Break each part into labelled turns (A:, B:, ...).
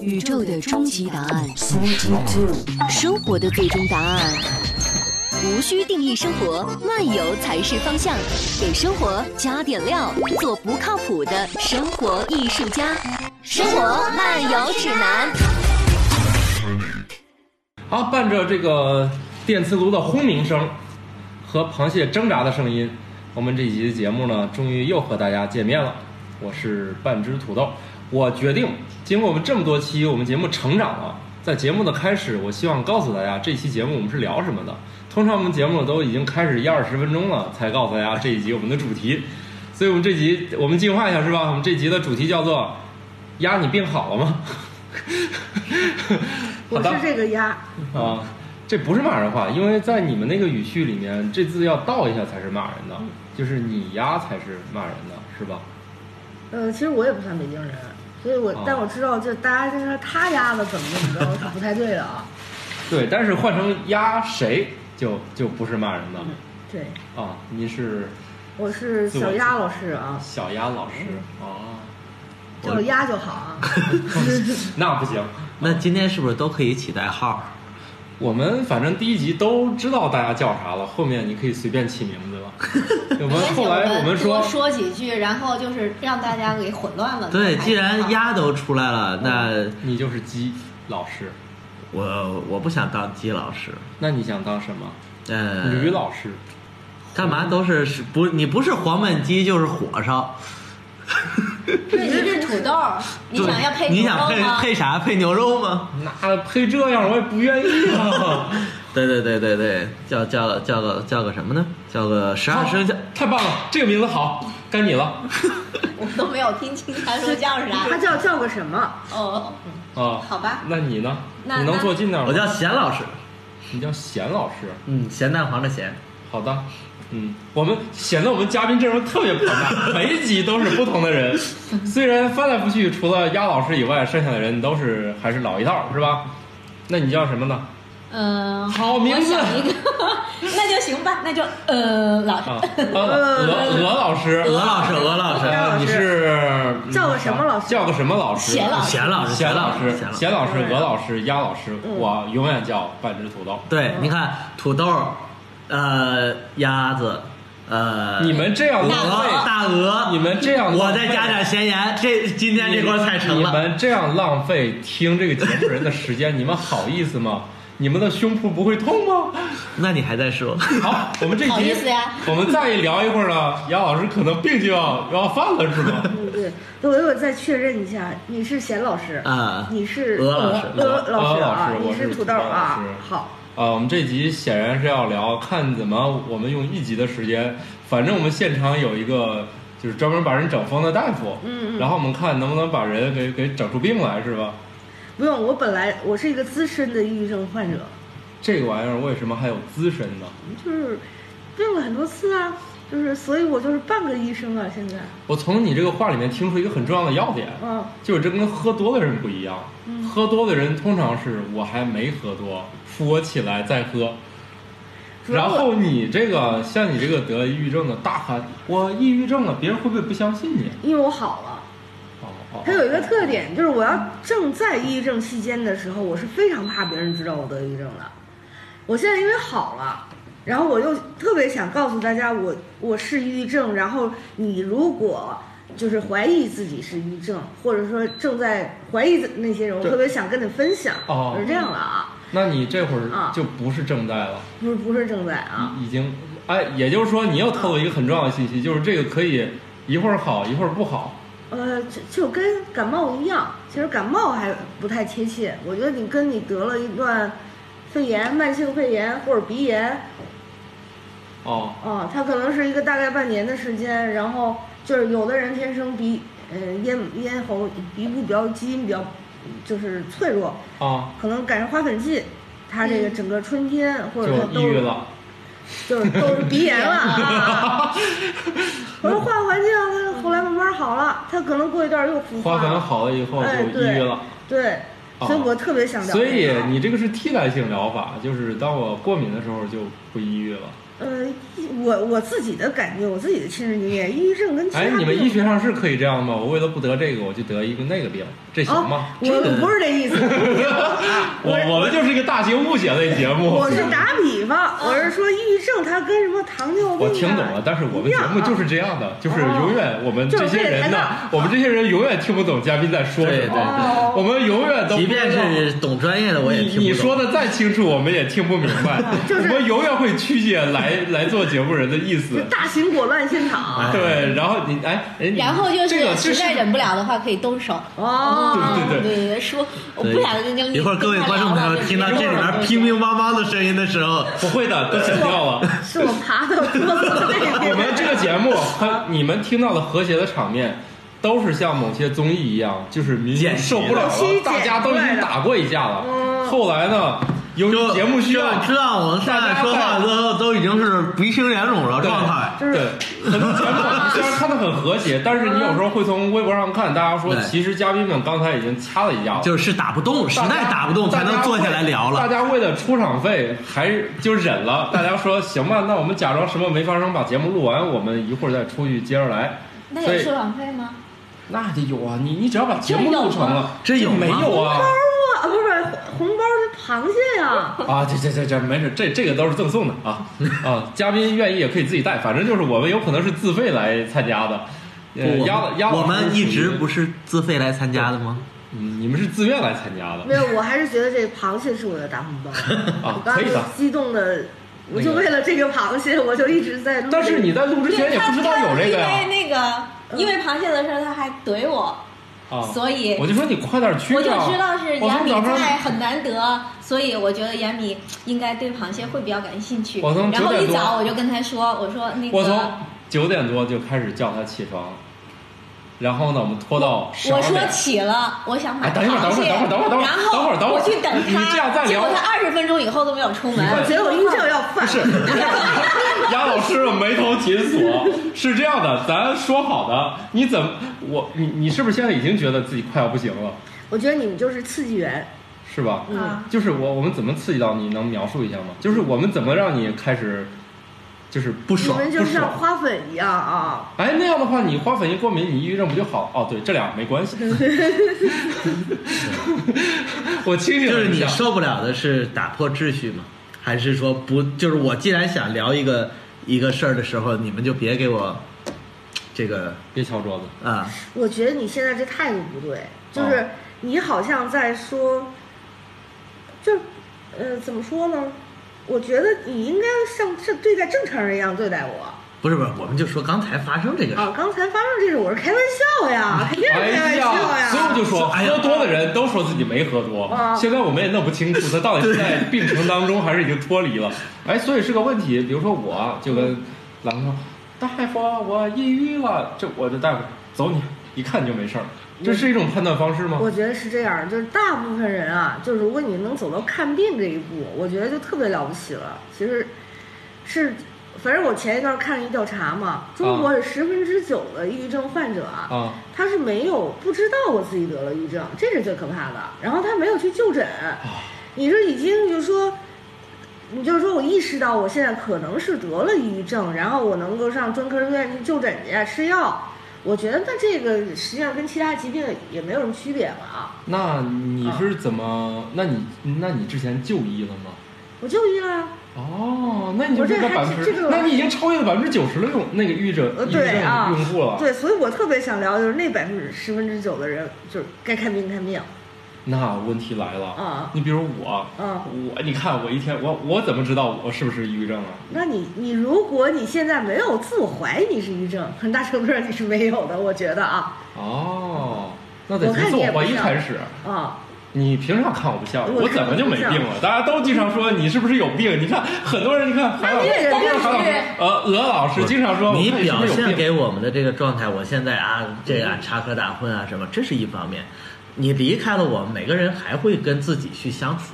A: 宇宙的终极答案，生活的最终答案。无需定义生活，漫游才是方向。给生活加点料，做不靠谱的生活艺术家。生活漫游指南。
B: 好，伴着这个电磁炉的轰鸣声和螃蟹挣扎的声音，我们这一集节目呢，终于又和大家见面了。我是半只土豆，我决定，经过我们这么多期，我们节目成长了。在节目的开始，我希望告诉大家，这期节目我们是聊什么的。通常我们节目都已经开始一二十分钟了，才告诉大家这一集我们的主题。所以我们这集我们进化一下是吧？我们这集的主题叫做“鸭，你病好了吗？” 好
C: 我
B: 的
C: 是这个鸭，
B: 啊，这不是骂人话，因为在你们那个语序里面，这字要倒一下才是骂人的，
D: 嗯
B: 就是你呀才是骂人的，是吧？
C: 呃，其实我也不算北京人，所以我、
B: 哦
C: 但我知道，就大家在说他鸭子怎么怎么着是不太对 的啊。
B: 对，但是换成呀谁就就不是骂人的
C: 对，
D: 嗯
B: 啊。您是
C: 我是小鸭老师啊，
B: 小鸭老师
D: 嗯
B: 哦，
C: 叫我鸭就 好啊。
B: 那不行，
E: 那今天是不是都可以起代号？
B: 我们反正第一集都知道大家叫啥了，后面你可以随便起名字 了。我
D: 而
B: 们
D: 且
B: 后来
D: 我
B: 我们说
D: 多说几句，然后就是让大家给混乱了。
E: 对，
D: 那还
E: 既然
D: 好
E: 鸭都出来了，那
B: 你就是鸡老师，
E: 我我不想当鸡老师，
B: 那你想当什么？
E: 呃，
B: 吕老师。
E: 干嘛都是是不你不是黄焖鸡就是火烧，
D: 对你是土豆儿，你想要配
E: 你
D: 土
E: 想
D: 豆
E: 配
D: 吗？
E: 配啥？配牛肉吗？
D: 嗯
B: 那配这样我也不愿意啊！
E: 对对对对对，叫叫叫个叫个什么呢？叫个十二生肖。
B: 太棒了，这个名字好，该你了
D: 我都没有听清他说叫
C: 他
D: 啥。
C: 叫叫个什么？
D: 哦，
B: 啊！
D: 好吧
B: 那你呢？
D: 那
B: 你能坐近点吗？
E: 我叫贤老师，
B: 你叫贤老师，
E: 嗯，咸蛋黄的咸。
B: 好的。嗯，我们显得我们嘉宾阵容特别庞 大，每一集都是不同的人。虽然翻来覆去，除了鸭老师以外，剩下的人都是还是老一套，是吧？那你叫什么呢？
D: 嗯，
B: 好名字
D: 我想一个，那就行吧，那就呃，老师
B: 啊，鹅鹅鹅老师，
E: 鹅老师，鹅老师，
C: 鹅老师
B: 你是
C: 叫个什么老师
B: 叫个什么老师？
D: 贤老师
E: 咸老师，
B: 贤
E: 老
B: 老师、
E: 咸老师。
B: 贤老师、鹅老师、鸭老师，我永远叫半只土豆。
E: 对，你看土豆，呃，鸭子，呃，
B: 你们这样
E: 鹅
B: 浪费，
E: 大鹅，
B: 你们这样浪费
E: 我再加点咸盐，这今天这锅菜成
B: 你
E: 了。
B: 们这样浪费听这个节目人的时间，你们好意思吗？你们的胸脯不会痛吗？
E: 那你还在说？
B: 好，我们这一集
D: 好意思呀
B: 我们再一聊一会儿呢，杨老师可能病就要要犯了，是吗？
C: 嗯，对，我我再确认一下，你是贤老师
E: 啊
C: 你是
E: 鹅老师
C: 鹅老师啊
B: 鹅老师，
C: 你
B: 我是
C: 土豆啊
B: 土豆老。师
C: 好，
B: 啊，我们这集显然是要聊，看怎么我们用一集的时间，反正我们现场有一个就是专门把人整疯的大夫，嗯嗯，然后我们看能不能把人给给整出病来，是吧？
C: 不用，我本来我是一个资深的抑郁症患者，
B: 这个玩意儿为什么还有资深呢？
C: 就是病了很多次啊，就是所以我就是半个医生啊，现在。
B: 我从你这个话里面听出一个很重要的要点，
C: 嗯，
B: 就是这跟喝多的人不一样。喝多的人通常是我还没喝多，扶我起来再喝。
C: 主要
B: 然
C: 我
B: 后你这个像你这个得抑郁症的，大喊我抑郁症了，别人会不会不相信你？
C: 因为我好了。
B: 哦哦，
C: 它有一个特点，就是我要正在抑郁症期间的时候，我是非常怕别人知道我得抑郁症的。我现在因为好了，然后我又特别想告诉大家我，我是抑郁症。然后你如果就是怀疑自己是抑郁症，或者说正在怀疑的那些人，我
B: 对
C: 特别想跟你分享。
B: 哦
C: 我是这样的啊，
B: 那你这会儿
C: 啊
B: 就不是正在了，
C: 不是不是正在啊，
B: 已经哎，也就是说你又透露一个很重要的信息，就是这个可以一会儿好一会儿不好。
C: 呃，就就跟感冒一样，其实感冒还不太贴切。我觉得你跟你得了一段肺炎、慢性肺炎或者鼻炎。
B: 哦，
C: 哦，它可能是一个大概半年的时间，然后就是有的人天生鼻，呃，咽咽喉鼻部比较基因比较就是脆弱，
B: 啊，
C: 可能赶上花粉季，他这个整个春天、或者
B: 就
C: 他
B: 抑
C: 都
B: 郁
C: 是
B: 了。
C: 就是都是鼻炎了啊。 我说换环境，他后来慢慢好了，他可能过一段又复
B: 花
C: 发
B: 粉
C: 了。
B: 好了以后
C: 哎，
B: 就抑郁
C: 对
B: 了。
C: 对，
B: 啊
C: 所以我特别想聊
B: 所
C: 这个。
B: 以你这个是替代性疗法，就是当我过敏的时候就不抑郁了。
C: 呃，我我自己的感觉，我自己的亲身经验，抑郁症跟其他
B: 哎，你们
C: 病
B: 医学上是可以这样吗？我为了不得这个，我就得一个那个病，这行吗？
C: 哦、我我不是这 意思，
B: 我我们就是一个大型误解类节目。
C: 我是打比方，我是说抑郁症它跟什么糖尿病、啊、
B: 我听懂了，但是我们节
C: 啊
B: 目就是这样的，就是
C: 哦
B: 永远我们这些人呢，我们这些人永远听不懂嘉宾在说什
E: 对对
B: 么，
C: 哦
B: 我们永远都不
E: 即
B: 知道
E: 便是懂专业的，我也
B: 你
E: 听不懂。
B: 你说的再清楚，我们也听不明白。
C: 就是
B: 我们永远会曲解来来做节目人的意
C: 就
B: 思。
C: 大型果乱现场。
E: 哎
B: 对，然后你哎哎，你
D: 然后就
B: 这个
D: 是
B: 这
D: 实在忍不了的话，可以动手。
C: 哦，
B: 对对对
D: 对对，说我不想跟你
E: 一会儿各位观众朋友
B: 啊
E: 听到这里边乒乒乓乓的声音的时候，
B: 不会的，都剪掉了。
C: 是我爬到桌子那 边。
B: 我们这个节目和你们听到的和谐的场面，都是像某些综艺一样，就是民
E: 剪
B: 间
E: 辑
B: 受不了
C: 后期
B: 了
C: 剪，
B: 大家都已
C: 出来
B: 经
C: 了
B: 打过一架了。
C: 嗯
B: 后来呢，由于
E: 就
B: 节目需要，
E: 就知道我们现在说话之后都已经是鼻青脸肿的
B: 对
E: 状态。
C: 就是
B: 对很多节目你虽然看的很和谐，但是你有时候会从微博上看，大家说
E: 对
B: 其实嘉宾们刚才已经掐了一架了。
E: 就是打不动，实
B: 大家
E: 在打不动才能坐下来聊
B: 大
E: 了。
B: 家为了出场费，还是就忍了。大家说行吧，那我们假装什么没发生，把节目录完，我们一会儿再出去接着来。
D: 那
B: 所
D: 有
B: 以
D: 收场费吗？
B: 那得有啊，你你只要把节目录成了，
E: 这有吗
B: 没有啊？
C: 哇，不是不是红包是螃蟹呀，
B: 啊，这这这这没事，这这个都是赠送的啊啊！嘉宾愿意也可以自己带，反正就是我们有可能是自费来参加的。呃，
E: 不
B: 鸭子鸭子
E: 我们一直不
B: 是
E: 是自费来参加的吗？
B: 属于，嗯你们是自愿来参加的
C: 没有，我还是觉得这螃蟹是我的大红包。我
B: 啊，
C: 刚
B: 可
C: 才
B: 以
C: 就
B: 的。
C: 激动的，我就为了这个螃蟹，我就一直在录。
B: 但是 你在录之前
D: 对
B: 也
D: 他
B: 不知道有这个呀
D: 他因为那个，因为螃蟹的事儿他还怼我，
B: 啊，
D: 所以
B: 我就说你快点去啊！
D: 我就知道是
B: 我
D: 杨
B: 从
D: 米
B: 早上
D: 菜很难得，所以我觉得杨米应该对螃蟹会比较感兴趣。
B: 我从
D: 然后
B: 9点
D: 一
B: 多
D: 早我就跟他说，我说那个，
B: 我从九点多就开始叫他起床，然后呢，我们拖到十
D: 我
B: 二
D: 说
B: 点。
D: 起了，我想买
B: 哎等一会儿
D: 螃蟹
B: 等会儿等会儿等会儿
D: 然后
B: 等会儿等会儿
D: 我去等
B: 你这样再
D: 他，结
B: 聊
D: 果他二十分钟以后都没有出门。
B: 你看
C: 结果抑郁症要犯，
B: 杨老师眉头紧锁，是这样的，咱说好的，你怎么我你你是不是现在已经觉得自己快要不行了，
C: 我觉得你们就是刺激源。
B: 是吧？
E: 啊
C: 嗯，
B: 就是我我们怎么刺激到你，能描述一下吗？就是我们怎么让你开始，就是不
C: 你
B: 爽
C: 们
B: 不
C: 就像
B: 爽？
C: 花粉一样啊。
B: 哎，那样的话，你花粉一过敏，你抑郁症不就好？哦，对，这俩没关 系。我清醒
E: 就
B: 了
E: 是
B: 一
E: 你
B: 下，
E: 受不了的是打破秩序吗？还是说不？就是我既然想聊一个一个事儿的时候，你们就别给我这个
B: 别敲桌子。
E: 啊，
C: 我觉得你现在这态度不对，
B: 啊
C: 就是你好像在说，就是，呃，怎么说呢？我觉得你应该像这对待正常人一样对待我
E: 不是不是，我们就说刚才发生这个事儿。
C: 啊！刚才发生这事，我是开玩 笑呀，肯定是开玩
B: 哎
C: 笑
B: 呀，所以我就说，
E: 哎呀
B: 喝多的人都说自己没喝多
C: 啊，
B: 现在我们也弄不清楚他到底是在病程当中还是已经脱 离了。哎，所以是个问题。比如说我就跟郎哥说，大夫，啊我抑郁了，这我的大夫走你，一看你就没事儿，这是一种判断方式吗？
C: 我觉得是这样，就是大部分人啊，就是如果你能走到看病这一步，我觉得就特别了不起了。其实是，反正我前一段看了一调查嘛，中国有十分之九的抑郁症患者啊
B: 啊，
C: 他是没有不知道我自己得了抑郁症，这是最可怕的。然后他没有去就诊，你是已经就说，你就是说我意识到我现在可能是得了抑郁症，然后我能够上专科院去就诊去吃药。我觉得那这个实际上跟其他疾病也没有什么区别了啊。
B: 那你是怎么？那你那你之前就医了吗？
C: 我就医了，啊
B: 哦，那你就
C: 我这
B: 是在百
C: 还
B: 分
C: 是
B: 之
C: 这，个
B: 那你已经超越了百分之九十的用那个抑郁症
C: 呃，
B: 抑郁症
C: 对啊，
B: 用户了。
C: 对，所以我特别想聊，就是那百分之十分之九的人，就是该看病看病，
B: 那问题来了
C: 啊
B: 你比如我，
C: 嗯
B: 我你看我一天，我我怎么知道我是不是抑郁症啊？
C: 那你你如果你现在没有自我怀疑你是抑郁症，很大程度上你是没有的，我觉得啊
B: 哦，那得
C: 我
B: 从
C: 看
B: 自
C: 你也
B: 我
C: 不
B: 怀疑
C: 像
B: 开始。
C: 啊，
B: 你凭啥看我不像？
C: 我
B: 我怎么就没病了？大家都经常说你是不是有病？你看很多人，你看韩老
C: 那
B: 师
C: 这个人
B: 包括韩老师
D: 就是，
B: 呃，鹅老师经常说
E: 你
B: 我看是
E: 表
B: 不是有
E: 现
B: 病
E: 给我们的这个状态，我现在啊，这个插科打诨啊什么，这是一方面。你离开了我们，每个人还会跟自己去相处。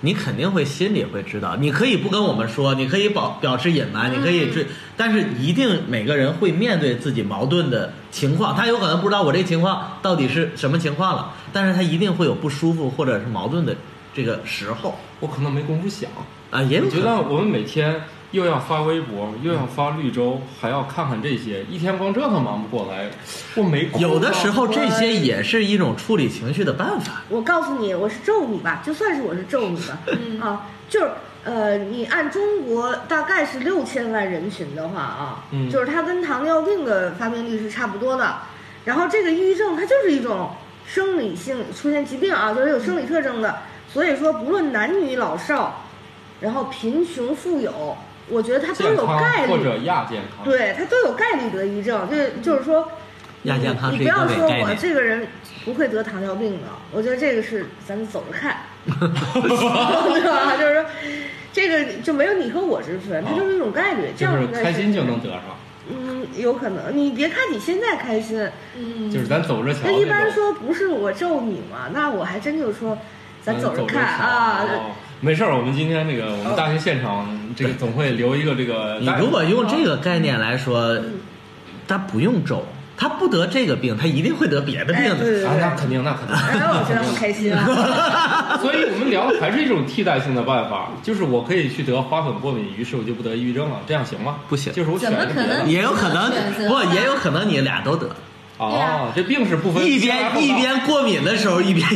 E: 你肯定会心里会知道。你可以不跟我们说，你可以保表示隐瞒，你可以追，但是一定每个人会面对自己矛盾的情况。他有可能不知道我这情况到底是什么情况了，但是他一定会有不舒服或者是矛盾的这个时候
B: 我可能没工夫想。
E: 啊，也有
B: 我
E: 可
B: 觉
E: 能
B: 得我们每天又要发微博，又要发绿洲，还要看看这些，一天光这个忙不过来，我没空啊
E: 有的时候这些也是一种处理情绪的办法。
C: 我告诉你，我是咒你吧，就算是我是咒你吧，
B: 嗯
C: 啊，就是呃，你按中国大概是六千万人群的话啊，
B: 嗯
C: 就是它跟糖尿病的发病率是差不多的。然后这个抑郁症它就是一种生理性出现疾病啊，就是有生理特征的，所以说不论男女老少，然后贫穷富有，我觉得它都
B: 健
C: 有
B: 康
C: 概率
B: 或者亚健康，
C: 对，它都有概率得抑郁症，就是就是说，你
E: 亚健康
C: 你
E: 是
C: 不
E: 一个
C: 要
E: 伪
C: 说
E: 概
C: 我
E: 念
C: 这个人不会得糖尿病的，我觉得这个是咱们走着看，对吧？就是说，这个就没有你和我之分，它就是一种概率，这
B: 就
C: 样
B: 是
C: 应该
B: 开心就能得上，
C: 嗯，有可能。你别看你现在开心，
D: 嗯，
B: 就是咱走着瞧
C: 那一
B: 那
C: 般
B: 种。
C: 说不是我咒你嘛，那我还真就说咱走
B: 走
C: 着看啊。
B: 着瞧哦没事儿，我们今天这个我们大学现场这个总会留一个这个。
E: 你如果用这
D: 嗯
E: 个概念来说，他不用咒，他不得这个病，他一定会得别的病
C: 哎，对
E: 的。
C: 对对，
B: 啊，那
C: 然
B: 肯定，那肯定。
C: 后我觉得很开心啊。
B: 所以我们聊的还是一种替代性的办法，就是我可以去得花粉过敏，于是我就不得抑郁症了，这样行吗？
E: 不行
B: 就是我选
D: 怎么
B: 的
D: 可能
B: 别的
E: 也有可能
D: 选择
E: 不，也有可能你俩都得，
D: 对
B: 哦
D: 啊，
B: 这病是不分
E: 一
B: 上下
E: 边
B: 不
E: 一
B: 上
E: 边过敏的时候 一边。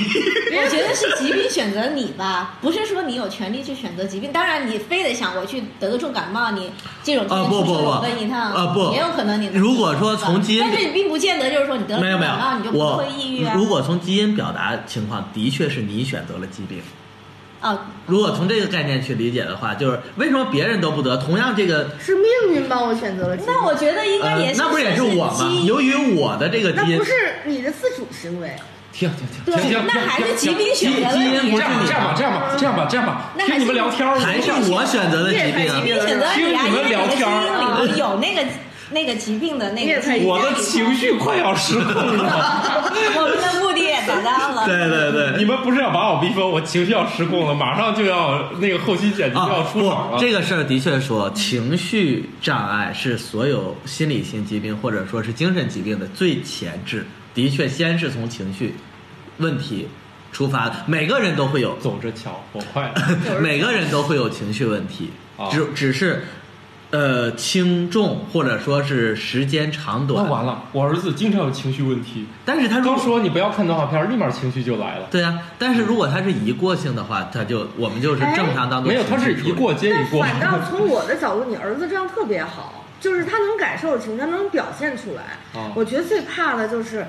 D: 我觉得是疾病选择你吧，不是说你有权利去选择疾病。当然，你非得想我去得个重感冒，你这种
E: 啊
D: 天
E: 不
D: 出
E: 不
D: 去
E: 不
D: 我问一趟
E: 啊不
D: 也有可能你能
E: 如果说
D: 是吧
E: 从基因
D: 但是你并不见得就是说你得了
E: 没有
D: 重
E: 没
D: 感冒你就
E: 有，
D: 不
E: 我
D: 会抑郁啊。
E: 如果从基因表达情况，的确是你选择了疾病。
D: 啊，
E: 如果从这个概念去理解的话，就是为什么别人都不得，同样这个
C: 是命运帮我选择了疾病，
D: 那我觉得应该
E: 呃
D: 也，是、
E: 那不是也是我吗？由于我的这个
C: 那
E: 基因
C: 不，是你的自主行为。
B: 停停停
C: 对
B: 停停，
D: 那还是疾
B: 停停
D: 病选择了
E: 基因
D: 你
E: 不
B: 这
E: 是
D: 啊，
B: 样吧，
E: 你
B: 这样吧，这样吧，这样吧，这样吧，
D: 那还
B: 听你们
D: 是
B: 聊天儿，
E: 还是我选择的疾病啊
D: 疾病选择了你啊，
B: 听你
D: 因
B: 们
D: 为你
B: 聊
D: 的基
B: 天儿
D: 因里头有那个那个疾病的那
C: 你也
D: 个
C: 太
D: 基因
B: 我的
D: 在里头
B: 情，绪快要失控 了。
D: 我们的目的也达 到了。
E: 对对 对，
B: 你们不是要把我逼疯，我情绪要失控了，马上就要那个后期剪辑就要
E: 啊，
B: 出场
E: 不，
B: 了。
E: 这个事儿的确说，情绪障碍是所有心理性疾病或者说是精神疾病的最前置，的确先是从情绪问题出发的，每个人都会有，
B: 走着瞧，我快了。
E: 每个人都会有情绪问题
B: 啊，
E: 只只是。呃，轻重或者说是时间长
B: 那
E: 短，
B: 完了，我儿子经常有情绪问题，
E: 但是他如
B: 刚
E: 果
B: 说你不要看动画片儿，立马情绪就来了。
E: 对啊，但是如果他是一过性的话，他就我们就是正常当
B: 嗯
E: 做
B: 没有，他是一过接
C: 但
B: 一过。
C: 反倒从我的角度，你儿子这样特别好，就是他能感受情绪，他能表现出来。
B: 啊
C: 我觉得最怕的就是，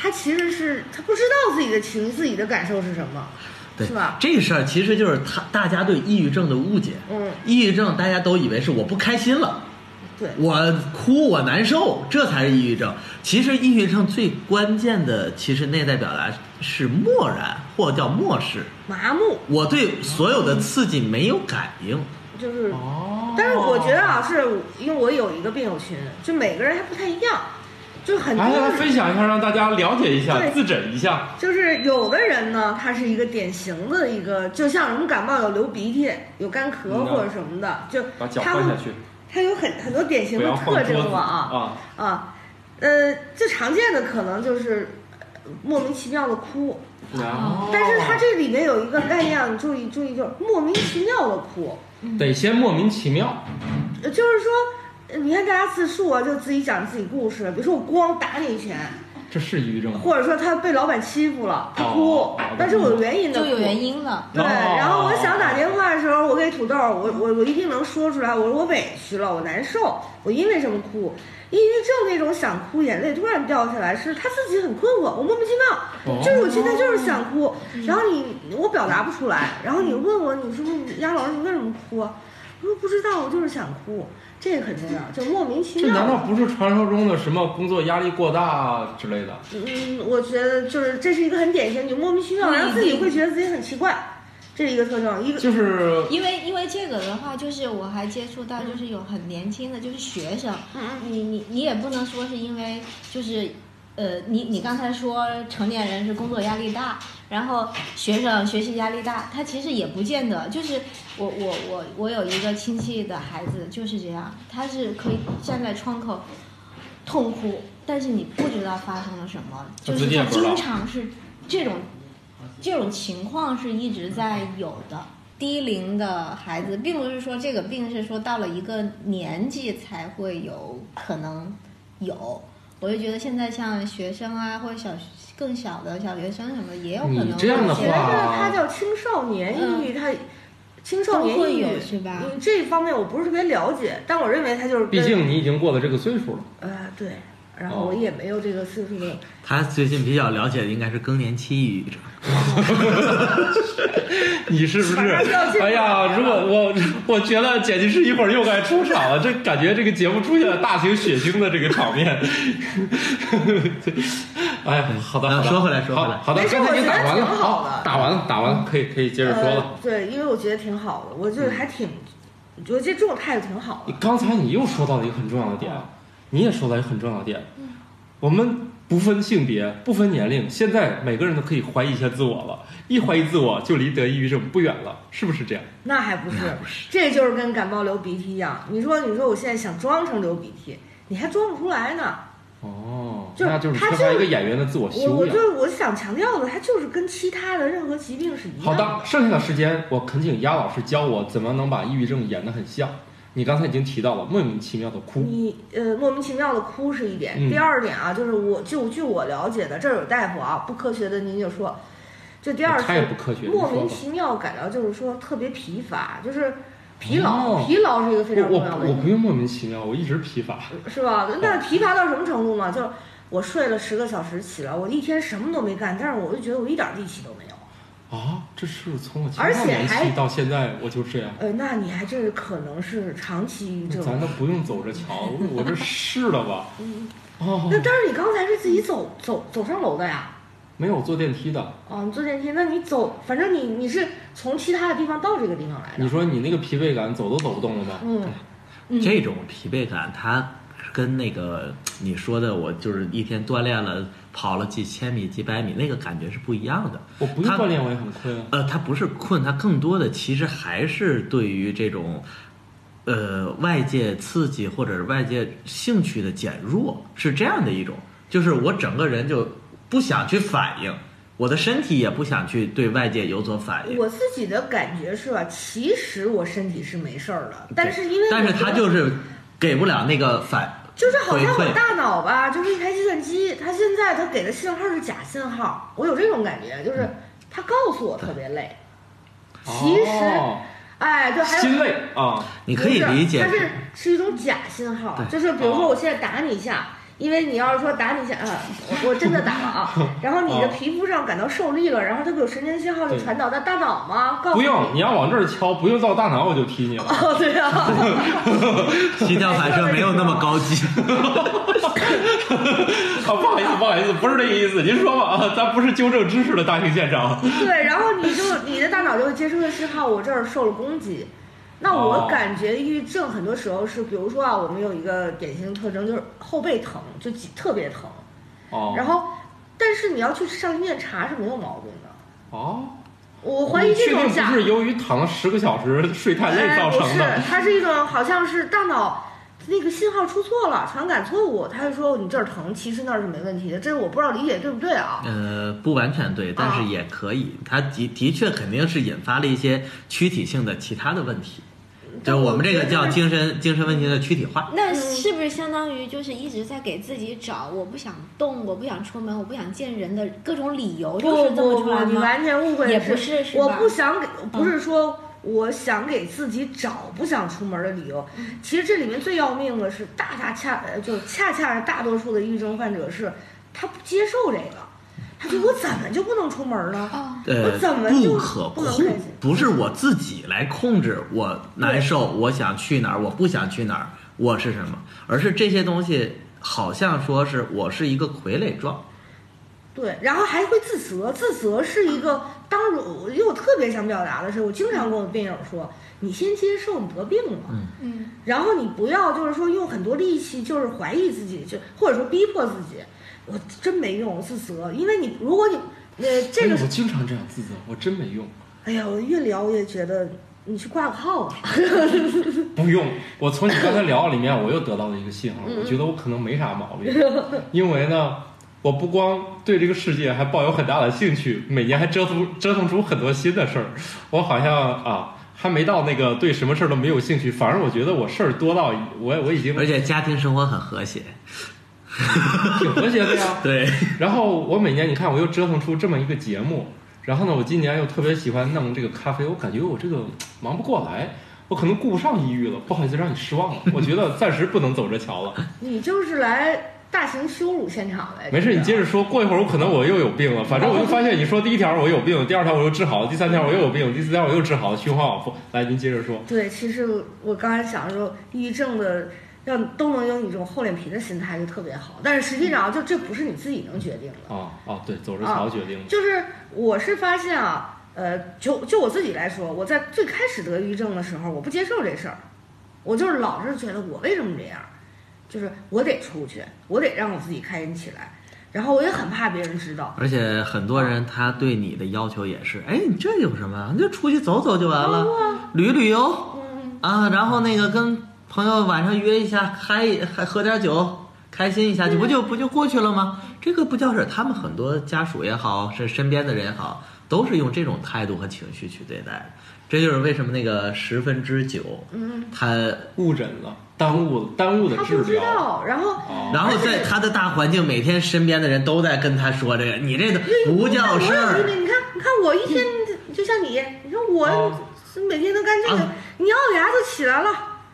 C: 他其实是他不知道自己的情绪、自己的感受是什么，
E: 对
C: 是吧？
E: 这个事儿其实就是他大家对抑郁症的误解。
C: 嗯，
E: 抑郁症大家都以为是我不开心了，
C: 对，
E: 我哭我难受，这才是抑郁症。其实抑郁症最关键的，其实内在表达是漠然或叫漠视。
C: 麻木
E: 我对所有的刺激没有感应，
C: 就是。
B: 哦
C: 但是我觉得啊，是因为我有一个病友群，就每个人还不太一样，就很多
B: 来来
C: 人
B: 分享一下，让大家了解一下，
C: 对
B: 自诊一下。
C: 就是有的人呢，他是一个典型的一个，就像什么感冒有流鼻涕、有干咳
B: 嗯
C: 或者什么的，就
B: 把脚
C: 他
B: 放
C: 们
B: 下去，
C: 他有很很多典型
B: 不
C: 的
B: 要
C: 特
B: 晃桌
C: 征
B: 子
C: 了啊
B: 啊！
C: 啊，呃，最常见的可能就是呃莫名其妙的哭，
B: 哦
C: 但是他这里面有一个概念，啊你注意注意，就是莫名其妙的哭，
B: 得先莫名其妙，
C: 呃就是说，呃你看大家自述啊，就自己讲自己故事，比如说我光打你一拳，
B: 这是抑郁症吗？
C: 或者说他被老板欺负了，他
B: 哦
C: 哭，但是我有原因的
D: 就
C: 哭，
D: 有原因了。
C: 对，
B: 哦
C: 然后我想打电话的时候，我给土豆儿，我我我一定能说出来，我说我委屈了，我难受，我因为什么哭？抑郁症那种想哭，眼泪突然掉下来，是他自己很困惑，我莫名其
B: 哦
C: 妙，就是我现在就是想哭，
D: 嗯
C: 然后你我表达不出来，然后你问我，你说你杨老师你为什么哭啊？我说不知道，我就是想哭，这个很重要，就莫名其
B: 这难道不
C: 妙。
B: 是传说中的什么工作压力过大啊之类的？
C: 嗯，我觉得就是这是一个很典型，你莫名其妙，
D: 嗯
C: 然后自己会觉得自己很奇怪，这是一个特征，一个
B: 就是
D: 因为因为这个的话，就是我还接触到，就是有很年轻的，就是学生，
C: 嗯
D: 你你你也不能说是因为就是，呃，你你刚才说成年人是工作压力大，然后学生学习压力大，他其实也不见得就是我我我我有一个亲戚的孩子就是这样，他是可以站在窗口痛哭，但是你不知道发生了什么，
B: 他
D: 就
B: 自
D: 是
B: 己也
D: 他
B: 不知道
D: 经常是这种这种情况是一直在有的。低龄的孩子，并不是说这个病是说到了一个年纪才会有可能有。我就觉得现在像学生啊，或者小更小的小学生什么的，也有可能
B: 你这样的
D: 会
C: 原
D: 有
C: 来
B: 话
C: 呢，它叫青少年抑郁，它青少
D: 嗯都
C: 年
D: 会
C: 抑
D: 有
C: 郁
D: 是吧
C: 嗯，这方面我不是特别了解，但我认为它就是
B: 毕
C: 跟
B: 竟哦你已经过了这个岁数了，
C: 呃对，然后我也没有这个岁数的，
E: 他最近比较了解的应该是更年期抑郁症。
B: 你是不是
C: 马上就要进？入
B: 哎呀，
C: 了
B: 如果我 我觉得剪辑师一会儿又该出场了，这感觉这个节目出现了大型血腥的这个场面。 哎，好的，
E: 嗯
B: 好的
E: 说回来说回来
B: 好好的，
C: 没事
B: 刚才已经
C: 我觉
B: 打
C: 得
B: 完了，
C: 挺好的
B: 打完了，打完了，可以可以接着说了。嗯
C: 呃对，因为我觉得挺好的，我就还挺，我觉得这种态度挺好的。
B: 刚才你又说到了一个很重要的点，啊你也说到一个很重要的点，
C: 嗯
B: 我们不分性别，不分年龄，现在每个人都可以怀疑一下自我了，一怀疑自我就离得抑郁症不远了，是不是这样？
C: 那还不是，这就是跟感冒流鼻涕一样。你说，你说我现在想装成流鼻涕，你还装不出来呢。
B: 哦，
C: 就是
B: 那就是
C: 他
B: 缺
C: 就
B: 乏一
C: 是
B: 个演员的自我
C: 我
B: 修
C: 我
B: 养
C: 就。是我想强调的，它就是跟其他的任何疾病是一
B: 好
C: 样
B: 的，剩下的时间我恳请鸭老师教我怎么能把抑郁症演得很像。你刚才已经提到了莫名其妙的哭，
C: 你呃莫名其妙的哭是一点，
B: 嗯
C: 第二点啊，就是我就据我了解的，这儿有大夫啊，不科学的您就说，这第二是
B: 太不科学。你
C: 莫
B: 说
C: 名
B: 吧，
C: 其妙感到就是说特别疲乏，就是疲劳，
B: 哦
C: 疲劳是一个非常
B: 我
C: 重要的
B: 我我不用莫名其妙，我一直疲乏。
C: 是吧？那疲乏到什么程度嘛？就是我睡了十个小时起来，我一天什么都没干，但是我就觉得我一点力气都没有。
B: 啊，这是从我青
C: 而
B: 少
C: 且
B: 年
C: 还
B: 期到现在，我就这样。
C: 呃，那你还真是可能是长期抑郁症。
B: 咱都不用走着瞧，我这试了 吧？
C: 嗯
B: 哦
C: 那，但是你刚才是自己走走走上楼的呀？
B: 没有坐电梯的。
C: 哦，你坐电梯，那你走，反正你你是从其他的地方到这个地方来
B: 你
C: 的。
B: 说你那个疲惫感，走都走不动了吗？
C: 嗯，
E: 这种疲惫感，它跟那个你说的我就是一天锻炼了跑了几千米、几百米那个感觉是不一样的。
B: 我不用
E: 他
B: 锻炼，我也很困啊。
E: 呃，它不是困，它更多的其实还是对于这种，呃，外界刺激或者是外界兴趣的减弱，是这样的一种，就是我整个人就不想去反应，我的身体也不想去对外界有所反应。
C: 我自己的感觉是吧？其实我身体是没事儿的，但
E: 对
C: 是因为
E: 但
C: 我
E: 是
C: 觉
E: 它
C: 得
E: 就是给不了那个反，
C: 就是好像
E: 回
C: 我
E: 馈
C: 大脑吧，就是一台计算机，它现在它给的信号是假信号，我有这种感觉，就是
E: 嗯
C: 它告诉我特别累。其实
B: 哦
C: 哎，对，还有
B: 心累啊，
E: 你可以
C: 不是
E: 理解
C: 它是是一种假信号，
E: 对
C: 就是比如
B: 哦
C: 说我现在打你一下，因为你要是说打你一下，啊，我我真的打了 啊，然后你的皮肤上感到受力了，然后它不有神经信号就
B: 哦对
C: 传导到大脑吗？告 诉
B: 不
C: 你
B: 用，你要往这儿敲，不用到大脑我就踢 你了。
C: 哦，对 啊，
E: 心跳反射没有那么高 级。
B: 啊，不好意思，不好意思，不是这个意思，您说吧啊，咱不是纠正知识的大型现场。
C: 对，然后你就你的大脑就会接收的信号，我这儿受了攻击。那
B: 哦
C: 我感觉抑郁症很多时候是，比如说啊，我们有一个典型的特征就是后背疼，就脊特别疼。
B: 哦，
C: 然后，但是你要去上医院查是没有毛病的。
B: 哦，
C: 我怀疑这种
B: 你确定
C: 假
B: 不是由于躺了十个小时睡太累
C: 哎
B: 造
C: 不
B: 成
C: 是
B: 的？，
C: 它是一种好像是大脑那个信号出错了，传感错误，他就说你这儿疼，其实那儿是没问题的。这个我不知道理解对不对啊？
E: 呃，不完全对，但
C: 哦
E: 是也可以。它的的确肯定是引发了一些躯体性的其他的问题，
C: 嗯
E: 就是我们这个叫精神精神问题的躯体化。
D: 那是不是相当于就是一直在给自己找我不想动，我不想出门，我不想见人的各种理由，就
C: 不
D: 是这么
C: 不
D: 出来
C: 不，你
D: 吗？
C: 完全误会，
D: 也不是是吧嗯
C: 我不想给，不是说我想给自己找不想出门的理由。
D: 嗯
C: 其实这里面最要命的是，大大恰呃就恰恰大多数的抑郁症患者是，他不接受这个，他说我
D: 嗯
C: 怎么就不能出门呢？
D: 啊，
E: 呃
C: 我哦怎，么就
E: 不可
C: 不能
E: 控
C: 开心，
E: 不是我自己来控制我难受，我想去哪儿，我不想去哪儿，我是什么，而是这些东西好像说是我是一个傀儡状，
C: 对，然后还会自责，自责是一个。当然，我因为我特别想表达的是，我经常跟我病友说，你先接受你得病了，
D: 嗯，
C: 然后你不要就是说用很多力气，就是怀疑自己，就或者说逼迫自己，我真没用，自责。因为你如果你呃，这个
B: 哎
C: 是
B: 我，经常这样自责，我真没用，
C: 哎呀，我越聊我越觉得你去挂个号啊。
B: 不用。我从你刚才聊里面，我又得到了一个信号，我觉得我可能没啥毛病，因为呢，我不光对这个世界还抱有很大的兴趣，每年还折腾折腾出很多新的事儿。我好像啊，还没到那个对什么事儿都没有兴趣，反而我觉得我事儿多到我我已经
E: 而且家庭生活很和谐。
B: 挺和谐的呀。
E: 对，
B: 然后我每年你看我又折腾出这么一个节目，然后呢，我今年又特别喜欢弄这个咖啡，我感觉我这个忙不过来，我可能顾不上抑郁了，不好意思让你失望了，我觉得暂时不能走这桥了。
C: 你就是来大型羞辱现场来。
B: 没事，你接
C: 着。
B: 着说，过一会儿我可能我又有病了，反正我就发现你说第一条我有病，第二条我又治好了，第三条我又有病，第四条我又治好了，循环往复。来，您接着说。
C: 对，其实我刚才想说，抑郁症的要都能有你这种厚脸皮的心态就特别好，但是实际上就这不是你自己能决定的。
B: 啊啊，对，走着桥决定的。
C: 就是我是发现啊，呃，就就我自己来说，我在最开始得抑郁症的时候，我不接受这事儿，我就是老是觉得我为什么这样，就是我得出去，我得让我自己开心起来，然后我也很怕别人知道。
E: 而且很多人他对你的要求也
C: 嗯
E: 是，哎，你这有什么？你就出去走走就完了，旅旅游
C: 嗯，
E: 啊，然后那个跟朋友晚上约一下，嗨一，还喝点酒，开心一下，就不就不就过去了吗？这个不叫事儿。他们很多家属也好，是身边的人也好，都是用这种态度和情绪去对待的。这就是为什么那个十分之九，
C: 嗯，
E: 他
B: 误诊了，耽误了耽误的
C: 他
B: 治
C: 不知
B: 疗。
C: 道，然后
B: 哦
E: 然后在他的大环境，每天身边的人都在跟他说这个，你这个不叫事
C: 我有
E: 儿
C: 你。你看，你看我一天就像你，你说
B: 哦
C: 我每天都干这个
E: 啊，
C: 你咬咬牙就起来了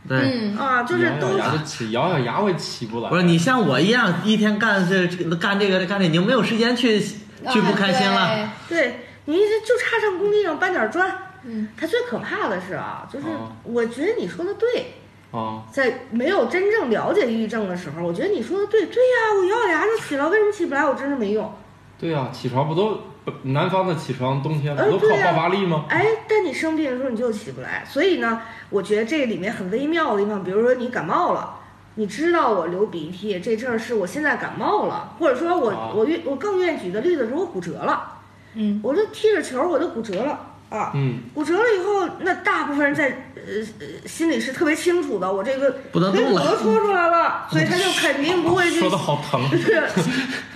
E: 对，
D: 嗯，
C: 啊，就是
B: 咬咬
C: 都
B: 牙就起，咬咬牙我也起不来。
E: 不是你像我一样，一天干这干这个干这，你就没有时间去去不开心了。
D: 啊
C: 对你这就差上工地上搬点砖。
D: 对嗯，
C: 他最可怕的是啊，就是
B: 哦
C: 我觉得你说的对，
B: 啊，
C: 在没有真正了解抑郁症的时候，我觉得你说的对，对呀、我咬咬牙就起了，为什么起不来？我真是没用。
B: 对呀、起床不都南方的起床，冬天不
C: 呃
B: 都靠
C: 对呀
B: 爆发力吗？
C: 哎，但你生病的时候你就起不来，所以呢，我觉得这里面很微妙的地方，比如说你感冒了，你知道我流鼻涕这阵儿是我现在感冒了， 或者说我、
B: 啊
C: 我愿我更愿意举的例子是我骨折了，
D: 嗯，
C: 我这踢着球儿我就骨折了啊，
B: 嗯，
C: 骨折了以后，那大部分人在呃呃心里是特别清楚的，我这个
E: 不能
C: 腿
E: 动
C: 骨
E: 了
C: 头戳出来了，所以他就肯定不会 去
B: 说的好 疼。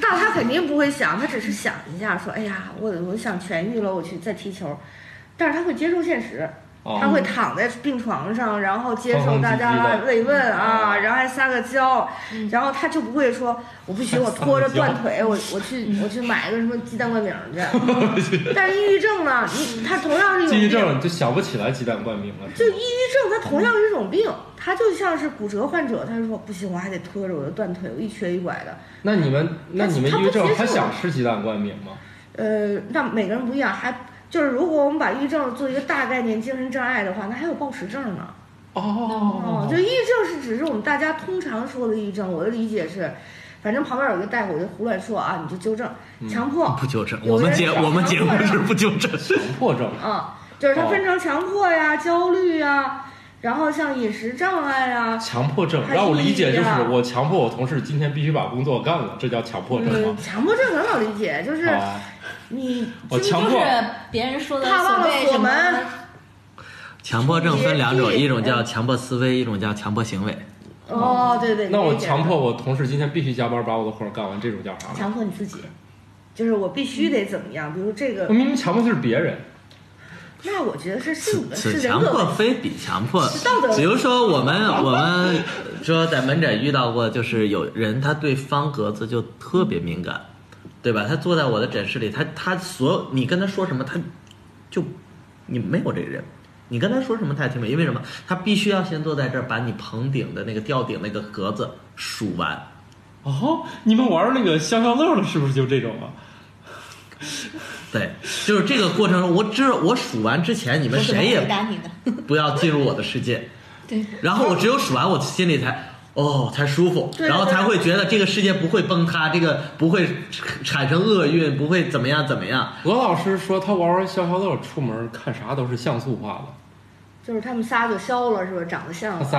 C: 那他肯定不会想，他只是想一下，说：“哎呀，我我想痊愈了，我去再踢球。”但是他会接受现实，
B: 哦
C: 他会躺在病床上，然后接受
B: 哼哼
C: 大
B: 唧唧
C: 家
B: 的
C: 慰问啊，
B: 哦
C: 然后还撒个娇，然后他就不会说：“我不行，我拖着断腿，我我去我去买个什么鸡蛋灌饼 去。”但是抑郁症呢，你他同样是一种
B: 抑郁
C: 病，
B: 症就想不起来鸡蛋灌饼了，
C: 就是抑
B: 吗
C: 郁症，它同样是一种病，他就像是骨折患者，他说：“不行，我还得拖着我的断腿，我一瘸一拐的。”
B: 那你们那你们
C: 他
B: 抑
C: 不
B: 郁症
C: 接受
B: 还想吃鸡蛋灌饼吗？
C: 呃，那每个人不一样，还就是如果我们把抑郁症做一个大概念精神障碍的话，那还有暴食症呢。
B: 哦
C: 就抑郁症是只是我们大家通常说的抑郁症，我的理解是，反正旁边有一个大夫，我就胡乱说啊，你就纠正，
B: 嗯
C: 强迫
E: 不纠正，
C: 有
E: 我
C: 的
E: 们
C: 人
E: 节
C: 强迫
E: 我们节目
C: 症
E: 是不纠正。
B: 强迫症
C: 啊，就是
B: 哦
C: 它分成强迫呀、焦虑呀，然后像饮食障碍呀，
B: 强迫症，
C: 还
B: 让我理解就
C: 抑郁
B: 是
C: 啊
B: 我强迫我同事今天必须把工作干了，这叫强迫症
C: 嗯
B: 哦吗，？
C: 强迫症很好理解，就是
B: 啊，
C: 你
B: 我强
D: 就
B: 迫
D: 是别人说的
C: 怕忘了
D: 所谓
C: 锁
D: 什么
C: 门
E: 强迫症 分两种，
C: 你
E: 一种叫强迫思维，一种叫强迫行为。
C: 哦，对对，
B: 那我
C: 理解
B: 强迫我同事今天必须加班把我的活儿干完，这种叫啥呢？
C: 强迫你自己，就是我必须得怎么样，比如这个
B: 我明明强迫的是别人，
C: 那我觉得是是
E: 此
C: 是
E: 此
C: 人
E: 强
C: 格
E: 迫
C: 问题
E: 非彼强迫
C: 是道德。
E: 比如说，我们我们说在门诊遇到过，就是有人他对方格子就特别敏感，对吧？他坐在我的诊室里，他他所有你跟他说什么，他就你没有这个人。你跟他说什么，他也听不懂，因为什么？他必须要先坐在这儿，把你棚顶的那个吊顶那个格子数完，
B: 哦，你们玩那个消消乐了是不是就这种啊？
E: 对，就是这个过程中，我知我数完之前，你们
D: 我怎么
E: 谁
D: 回
E: 也
D: 答你的？
E: 不要进入我的世界。
D: 对，
E: 然后我只有数完，我心里才哦才舒服，
C: 对
E: 然后
C: 对
E: 才会觉得这个世界不会崩塌，这个不会产生厄运，不会怎么样怎么样。
C: 嗯
B: 罗老师说他玩完消消乐出门看啥都是像素化的，
C: 就是他们仨就消了，是吧？长得嗯像
B: 他仨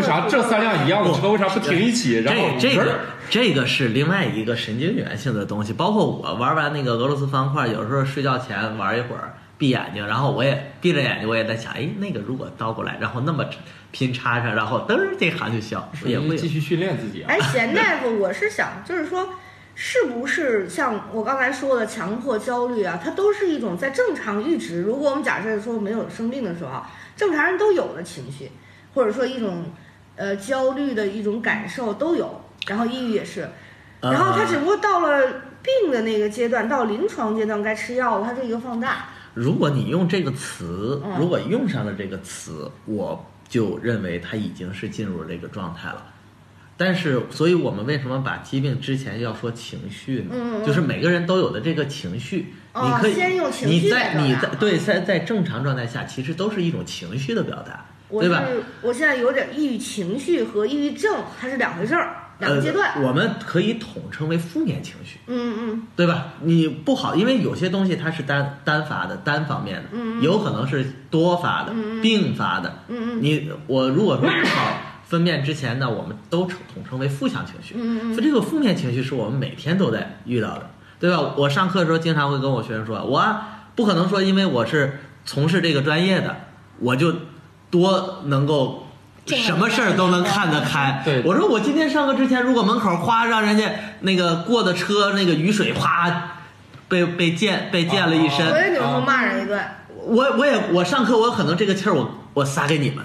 B: 为
C: 个
B: 啥
C: 土豆
B: 这三辆一样的车为啥不停一起？然后
E: 这这
B: 人
E: 个
B: 儿
E: 这个是另外一个神经元性的东西，包括我玩完那个俄罗斯方块，有时候睡觉前玩一会儿，闭眼睛，然后我也闭着眼睛，我也在想，哎，那个如果倒过来，然后那么拼插上，然后嘚儿这行就消，也
B: 你
E: 会
B: 继续训练自己啊。
C: 哎，咸大夫，我是想，就是说，是不是像我刚才说的强迫焦虑啊，它都是一种在正常阈值。如果我们假设说没有生病的时候啊，正常人都有的情绪，或者说一种呃焦虑的一种感受都有，然后抑郁也是，
E: 啊
C: 然后他只不过到了病的那个阶段，到临床阶段该吃药了，它是一个放大。
E: 如果你用这个词，
C: 嗯
E: 如果用上了这个词，我就认为他已经是进入这个状态了。但是，所以我们为什么把疾病之前要说情绪呢？
C: 嗯嗯嗯
E: 就是每个人都有的这个情绪，
C: 哦
E: 你可以
C: 先用情绪
E: 你
C: 来
E: 在
C: 表达
E: 你在对在在正常状态下，其实都是一种情绪的表达，
C: 我
E: 对
C: 是
E: 吧？
C: 我现在有点抑郁情绪和抑郁症，它是两回事儿，两个阶段。
E: 呃，我们可以统称为负面情绪。
C: 嗯嗯
E: 对吧？你不好，因为有些东西它是单单发的、单方面的，有可能是多发的、并发的。
C: 嗯
E: 你我如果说不好分辨之前呢，我们都称统称为负向情绪。
C: 嗯嗯
E: 所以这个负面情绪是我们每天都在遇到的，对吧？我上课的时候经常会跟我学生说，我不可能说因为我是从事这个专业的，我就多能够。
D: 这个
E: 什么事儿都
C: 嗯
E: 能看得开。
B: 对
E: 我说我今天上课之前，如果门口哗让人家那个过的车那个雨水哗，被被溅被溅了一身，
C: 嗯，我也有时候
B: 啊
C: 骂人一顿。
E: 我我也我上课我可能这个气儿我我撒给你们，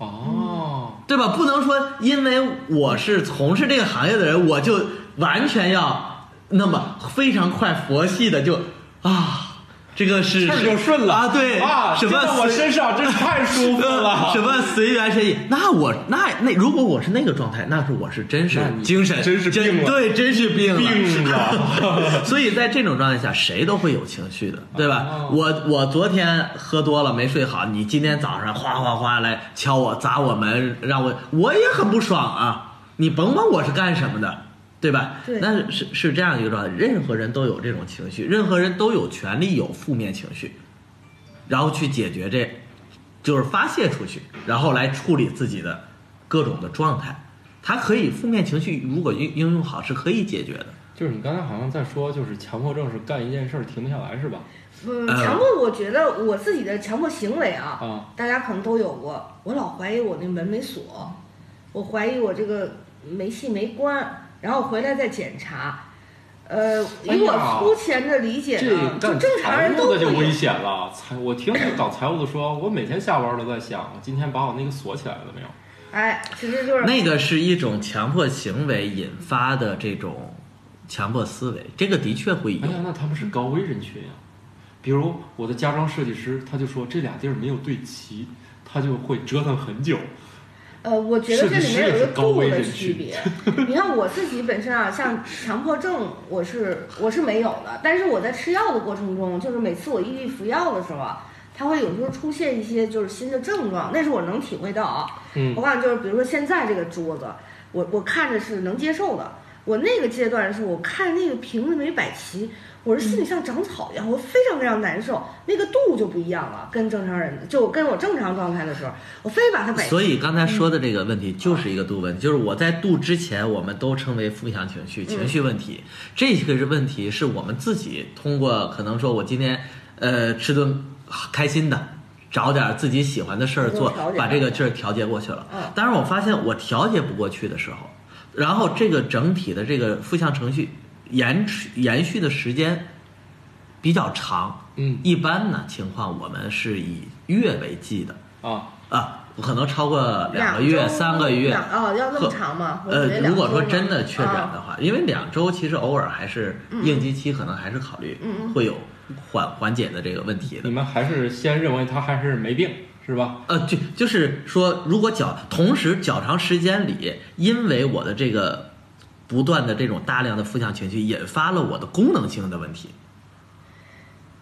C: 嗯
B: 哦，
E: 对吧？不能说因为我是从事这个行业的人，我就完全要那么非常快佛系的就啊，这个是
B: 气儿就顺了
E: 啊，对
B: 啊，
E: 什么
B: 这在我
E: 随
B: 身上真是太舒服了
E: 呃， 什么随缘随意。那我那那如果我是那个状态，那是我是真是
B: 那你
E: 精神
B: 真是病了
E: 对，真是病了。
B: 病啊 了
E: 所以在这种状态下，谁都会有情绪的，对吧
B: 哦？
E: 我我昨天喝多了没睡好，你今天早上哗哗哗来敲我砸我门，让我我也很不爽啊！你甭管我是干什么的。对吧？
C: 对
E: 那是是这样一个状态，任何人都有这种情绪，任何人都有权利有负面情绪，然后去解决这，就是发泄出去，然后来处理自己的各种的状态。它可以负面情绪，如果应应用好是可以解决的。
B: 就是你刚才好像在说，就是强迫症是干一件事儿停不下来是吧？
C: 嗯，
E: 呃
C: 强迫，我觉得我自己的强迫行为啊，
B: 啊
C: 大家可能都有过。我老怀疑我那门没锁，我怀疑我这个煤气没关，然后回来再检查。呃，
B: 哎
C: 以
B: 呀
C: 我粗浅的理解
B: 这
C: 呢，啊就
B: 干
C: 正常
B: 财
C: 人都
B: 务
C: 会
B: 的就危
C: 有。
B: 险了。财，我听那个搞财务的说，我每天下班都在想，我今天把我那个锁起来了没有？
C: 哎，其实就是
E: 那个是一种强迫行为引发的这种强迫思维，这个的确会有
B: 哎。呀，那他们是高危人群呀、比如我的家装设计师，他就说这俩地儿没有对齐，他就会折腾很久。
C: 呃，我觉得这里面有一个度的区别。 你看我自己本身啊，像强迫症，我是我是没有的，但是我在吃药的过程中，就是每次我抑郁服药的时候啊，它会有时候出现一些就是新的症状，那是我能体会到啊。
B: 嗯
C: 我感觉就是比如说现在这个桌子，我我看着是能接受的。我那个阶段是我看那个瓶子没摆齐，我是心
E: 嗯
C: 里像长草一样，我非常非常难受，那个度就不一样了，跟正常人就跟我正常状态的时候，我非把它摆齐。
E: 所以刚才说的这个问题
C: 嗯
E: 就是一个度问题，就是我在度之前，我们都称为负向情
C: 嗯
E: 绪、情绪问题。这个是问题，是我们自己通过可能说，我今天呃吃顿开心的，找点自己喜欢的事儿做
C: 能调，节
E: 把这个劲儿调节过去了
C: 嗯。
E: 但是我发现我调节不过去的时候，然后这个整体的这个负向程序延迟延续的时间比较长。
B: 嗯
E: 一般呢情况我们是以月为计的。
B: 啊，
E: 啊，可能超过两个月、
C: 周
E: 三个月。
C: 两哦，要这么
E: 呵
C: 长吗？我以为
E: 呃，
C: 两
E: 如果
C: 周
E: 说
C: 呢
E: 真的确诊
C: 啊
E: 的话，因为两周其实偶尔还是应激期，可能还是考虑
C: 嗯
E: 会有缓缓解的这个问题的
B: 你。们还是先认为他还是没病是吧？
E: 呃，就就是说，如果较同时较长时间里，因为我的这个不断的这种大量的负向情绪，引发了我的功能性的问题。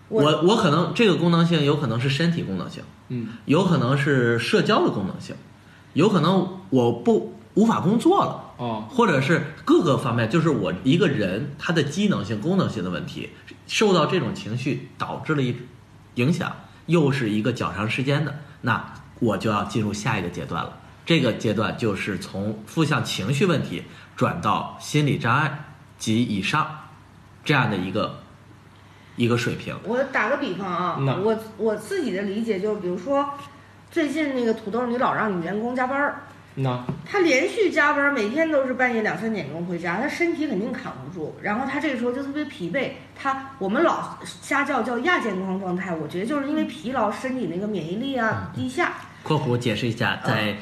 C: 我
E: 我我可能这个功能性有可能是身体功能性，
B: 嗯，
E: 有可能是社交的功能性，有可能我不无法工作了。
B: 哦，
E: 或者是各个方面，就是我一个人他的机能性、功能性的问题，受到这种情绪导致了一影响，又是一个较长时间的，那我就要进入下一个阶段了。这个阶段就是从负向情绪问题转到心理障碍及以上这样的一个一个水平。
C: 我打个比方啊
B: 那，
C: 我我自己的理解就是，比如说最近那个土豆，你老让你员工加班儿，
B: 那
C: 他连续加班，每天都是半夜两三点钟回家，他身体肯定扛不住。然后他这个时候就特别疲惫，他我们老瞎叫叫亚健康状态，我觉得就是
E: 嗯
C: 因为疲劳，身体那个免疫力啊低下。
E: （括弧解释一下，在